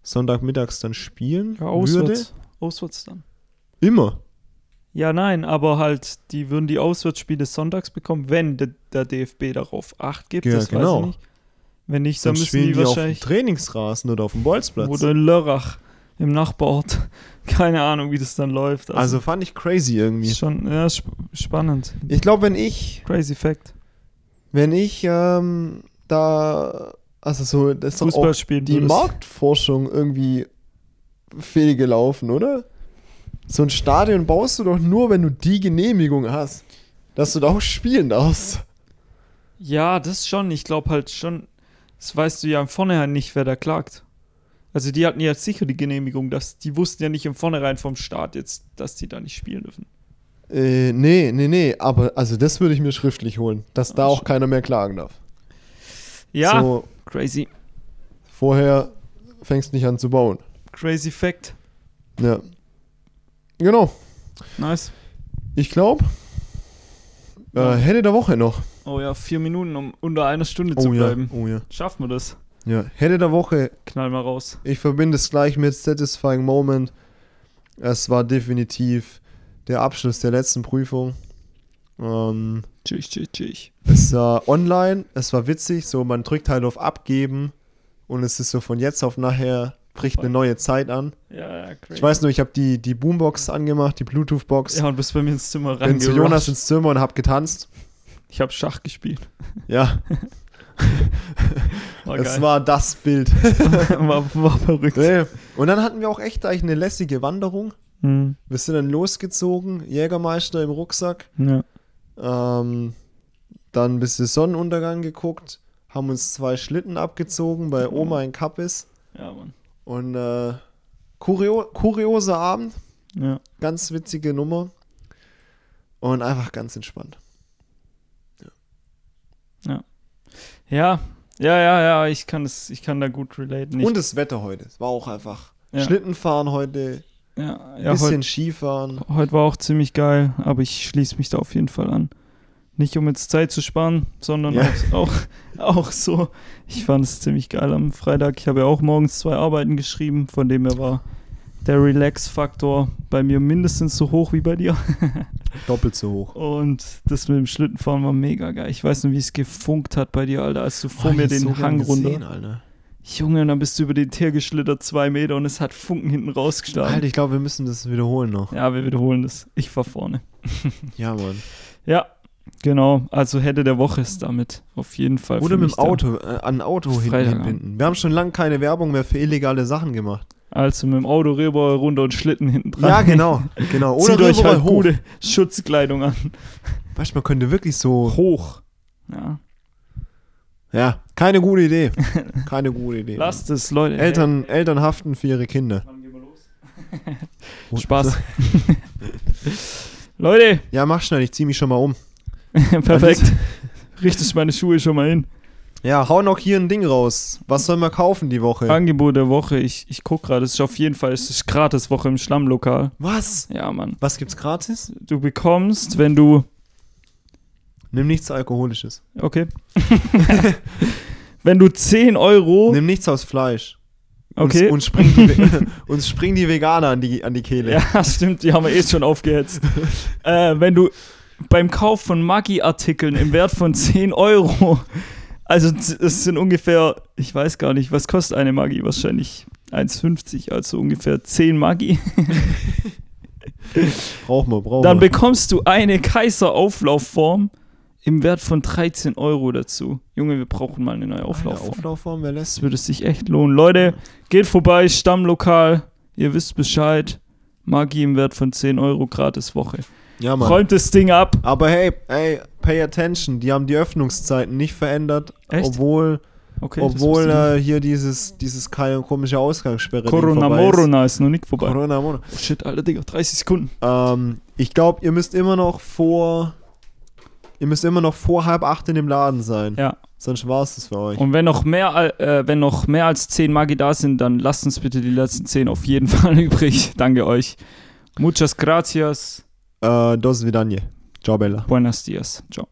Speaker 1: Sonntagmittags dann spielen
Speaker 2: Ja,
Speaker 1: würde.
Speaker 2: auswärts. Auswärts dann.
Speaker 1: Immer.
Speaker 2: Ja, nein, aber halt, die würden die Auswärtsspiele sonntags bekommen, wenn de, der DFB darauf Acht gibt.
Speaker 1: Ja,
Speaker 2: das weiß
Speaker 1: genau.
Speaker 2: ich nicht. Wenn nicht, dann
Speaker 1: Sonst
Speaker 2: müssen
Speaker 1: spielen
Speaker 2: die
Speaker 1: die auf dem
Speaker 2: wahrscheinlich.
Speaker 1: Trainingsrasen oder auf dem Bolzplatz.
Speaker 2: Oder in Lörrach, im Nachbarort. Keine Ahnung, wie das dann läuft.
Speaker 1: also fand ich crazy irgendwie.
Speaker 2: ist schon ja, sp spannend.
Speaker 1: Ich glaube, wenn ich,
Speaker 2: Crazy Fact.
Speaker 1: wenn ich ähm, da, also so, das ist doch
Speaker 2: Fußball
Speaker 1: auch
Speaker 2: spielen.
Speaker 1: die
Speaker 2: würdest.
Speaker 1: Marktforschung irgendwie fehlgelaufen, oder? So ein Stadion baust du doch nur, wenn du die Genehmigung hast, dass du da auch spielen darfst.
Speaker 2: Ja, das schon. Ich glaube halt schon, das weißt du ja im Vornherein nicht, wer da klagt. Also die hatten ja sicher die Genehmigung, dass die wussten ja nicht im Vornherein vom Staat jetzt, dass die da nicht spielen dürfen.
Speaker 1: Äh, nee, nee, nee, aber also das würde ich mir schriftlich holen, dass da
Speaker 2: Ah,
Speaker 1: auch
Speaker 2: schon.
Speaker 1: keiner mehr klagen darf.
Speaker 2: Ja,
Speaker 1: So,
Speaker 2: crazy.
Speaker 1: vorher fängst nicht an zu bauen.
Speaker 2: Crazy Fact.
Speaker 1: Ja. Genau.
Speaker 2: Nice.
Speaker 1: Ich glaube, äh,
Speaker 2: Ja.
Speaker 1: Hände der Woche noch.
Speaker 2: Oh ja, vier Minuten, um unter einer Stunde zu bleiben.
Speaker 1: ja, oh ja.
Speaker 2: Schaffen wir das?
Speaker 1: Ja, Hände der Woche.
Speaker 2: Knall mal raus.
Speaker 1: Ich verbinde es gleich mit Satisfying Moment. Es war definitiv der Abschluss der letzten Prüfung. Ähm,
Speaker 2: Tschüss, tschüss, tschüss.
Speaker 1: es war online, es war witzig, so man drückt halt auf Abgeben und es ist so von jetzt auf nachher bricht eine neue Zeit an.
Speaker 2: Ja, ja, crazy.
Speaker 1: Ich weiß nur, ich habe die, die Boombox angemacht, die Bluetooth-Box.
Speaker 2: ja, und bist bei mir ins Zimmer
Speaker 1: bin zu
Speaker 2: reingerusht.
Speaker 1: Jonas ins Zimmer und hab getanzt.
Speaker 2: Ich habe Schach gespielt.
Speaker 1: Ja,
Speaker 2: War
Speaker 1: es
Speaker 2: geil.
Speaker 1: war Äh. das Bild.
Speaker 2: war, war verrückt.
Speaker 1: Nee. Und dann hatten wir auch echt eigentlich eine lässige Wanderung.
Speaker 2: Hm,
Speaker 1: Wir sind dann losgezogen, Jägermeister im Rucksack,
Speaker 2: ja.
Speaker 1: ähm, dann ein bisschen Sonnenuntergang geguckt, haben uns zwei Schlitten abgezogen bei Oma in Kappes
Speaker 2: ja, Mann.
Speaker 1: und äh, kurio kurioser Abend,
Speaker 2: Ja.
Speaker 1: ganz witzige Nummer und einfach ganz entspannt.
Speaker 2: Ja, ja, ja, ja, ich kann das, ich kann da gut relaten. Ich,
Speaker 1: und das Wetter heute, es war auch einfach
Speaker 2: Ja.
Speaker 1: Schlittenfahren heute,
Speaker 2: ja,
Speaker 1: ein
Speaker 2: ja,
Speaker 1: bisschen
Speaker 2: heute,
Speaker 1: Skifahren.
Speaker 2: heute war auch ziemlich geil, aber ich schließe mich da auf jeden Fall an. Nicht um jetzt Zeit zu sparen, sondern
Speaker 1: Ja.
Speaker 2: auch, auch, auch so. Ich fand es ziemlich geil am Freitag. Ich habe ja auch morgens zwei Arbeiten geschrieben, von dem her war der Relax-Faktor bei mir mindestens so hoch wie bei dir.
Speaker 1: Doppelt so hoch.
Speaker 2: Und das mit dem Schlittenfahren war mega geil. Ich weiß nicht, wie es gefunkt hat bei dir, Alter, als du vor
Speaker 1: Oh,
Speaker 2: mir
Speaker 1: ich
Speaker 2: den
Speaker 1: hätte so gern
Speaker 2: Hang runter.
Speaker 1: gesehen, Alter.
Speaker 2: Junge, und dann bist du über den Tier geschlittert, zwei Meter, und es hat Funken hinten rausgeschlagen.
Speaker 1: Alter, ich glaube, wir müssen das wiederholen noch.
Speaker 2: Ja, wir wiederholen das. Ich war vorne.
Speaker 1: Ja, Mann.
Speaker 2: Ja, genau. Also hätte der Woche ist damit auf jeden Fall.
Speaker 1: Oder
Speaker 2: für
Speaker 1: mit
Speaker 2: mich
Speaker 1: dem Auto, äh, an ein Auto hin-
Speaker 2: Freitagabend.
Speaker 1: hinbinden. Wir haben schon lange keine Werbung mehr für illegale Sachen gemacht.
Speaker 2: Da. Also mit dem Auto Reber runter und Schlitten hinten dran.
Speaker 1: Ja, genau. genau. Oder
Speaker 2: Zieht euch
Speaker 1: überall
Speaker 2: halt
Speaker 1: hoch.
Speaker 2: gute Schutzkleidung an.
Speaker 1: Weißt du, man könnte wirklich so.
Speaker 2: Hoch. Ja.
Speaker 1: Ja, keine gute Idee. Keine gute Idee.
Speaker 2: Lasst es, Leute.
Speaker 1: Eltern, Eltern haften für ihre Kinder.
Speaker 2: Wann gehen wir los?
Speaker 1: Oh,
Speaker 2: Spaß. Leute,
Speaker 1: Ja, mach schnell, ich zieh mich schon mal um. Also-
Speaker 2: perfekt. Richte ich meine Schuhe schon mal hin.
Speaker 1: Ja, hau noch hier ein Ding raus. Was soll man kaufen die Woche?
Speaker 2: Angebot der Woche. Ich, ich guck gerade. Es ist auf jeden Fall, es ist gratis Woche im Schlammlokal.
Speaker 1: Was?
Speaker 2: Ja, Mann.
Speaker 1: Was gibt's gratis?
Speaker 2: du bekommst, wenn du.
Speaker 1: Nimm nichts Alkoholisches.
Speaker 2: Okay. wenn du 10 Euro.
Speaker 1: Nimm nichts aus Fleisch.
Speaker 2: Oh. okay.
Speaker 1: Uns, uns, springen die, Ve- uns springen die Veganer an die, an die Kehle.
Speaker 2: ja, stimmt, die haben wir eh schon aufgehetzt. äh, wenn du beim Kauf von Maggi-Artikeln im Wert von 10 Euro. Also, z- es sind ungefähr, ich weiß gar nicht, was kostet eine Maggi? Wahrscheinlich 1,50, also ungefähr 10 Maggi.
Speaker 1: Brauchen wir, brauchen
Speaker 2: Dann
Speaker 1: wir.
Speaker 2: bekommst du eine Kaiser-Auflaufform im Wert von 13 Euro dazu. Junge, wir brauchen mal eine neue Auflaufform.
Speaker 1: Auflaufform, wer lässt
Speaker 2: Das würde es sich echt lohnen. Leute, geht vorbei, Stammlokal. Ihr wisst Bescheid. Magie im Wert von 10 Euro gratis Woche.
Speaker 1: Ja, Mann.
Speaker 2: Räumt das Ding ab.
Speaker 1: Aber hey, hey, pay attention, die haben die Öffnungszeiten nicht verändert,
Speaker 2: Echt?
Speaker 1: obwohl,
Speaker 2: Okay, das
Speaker 1: obwohl
Speaker 2: wusste
Speaker 1: äh, hier dieses, dieses keine komische Ausgangssperre
Speaker 2: ich nicht. Corona
Speaker 1: vorbei ist.
Speaker 2: Morona ist noch nicht vorbei.
Speaker 1: Corona Moron.
Speaker 2: Oh shit, Alter, Digga, 30 Sekunden.
Speaker 1: Ähm, ich glaube, ihr müsst immer noch vor ihr müsst immer noch vor halb acht in dem Laden sein.
Speaker 2: Ja,
Speaker 1: Sonst war es das für euch.
Speaker 2: Und wenn noch mehr, al- äh, wenn noch mehr als 10 Magi da sind, dann lasst uns bitte die letzten 10 auf jeden Fall übrig. Danke euch. Muchas gracias.
Speaker 1: Äh, dos Vidanje. Ciao, Bella.
Speaker 2: Buenos dias. Ciao.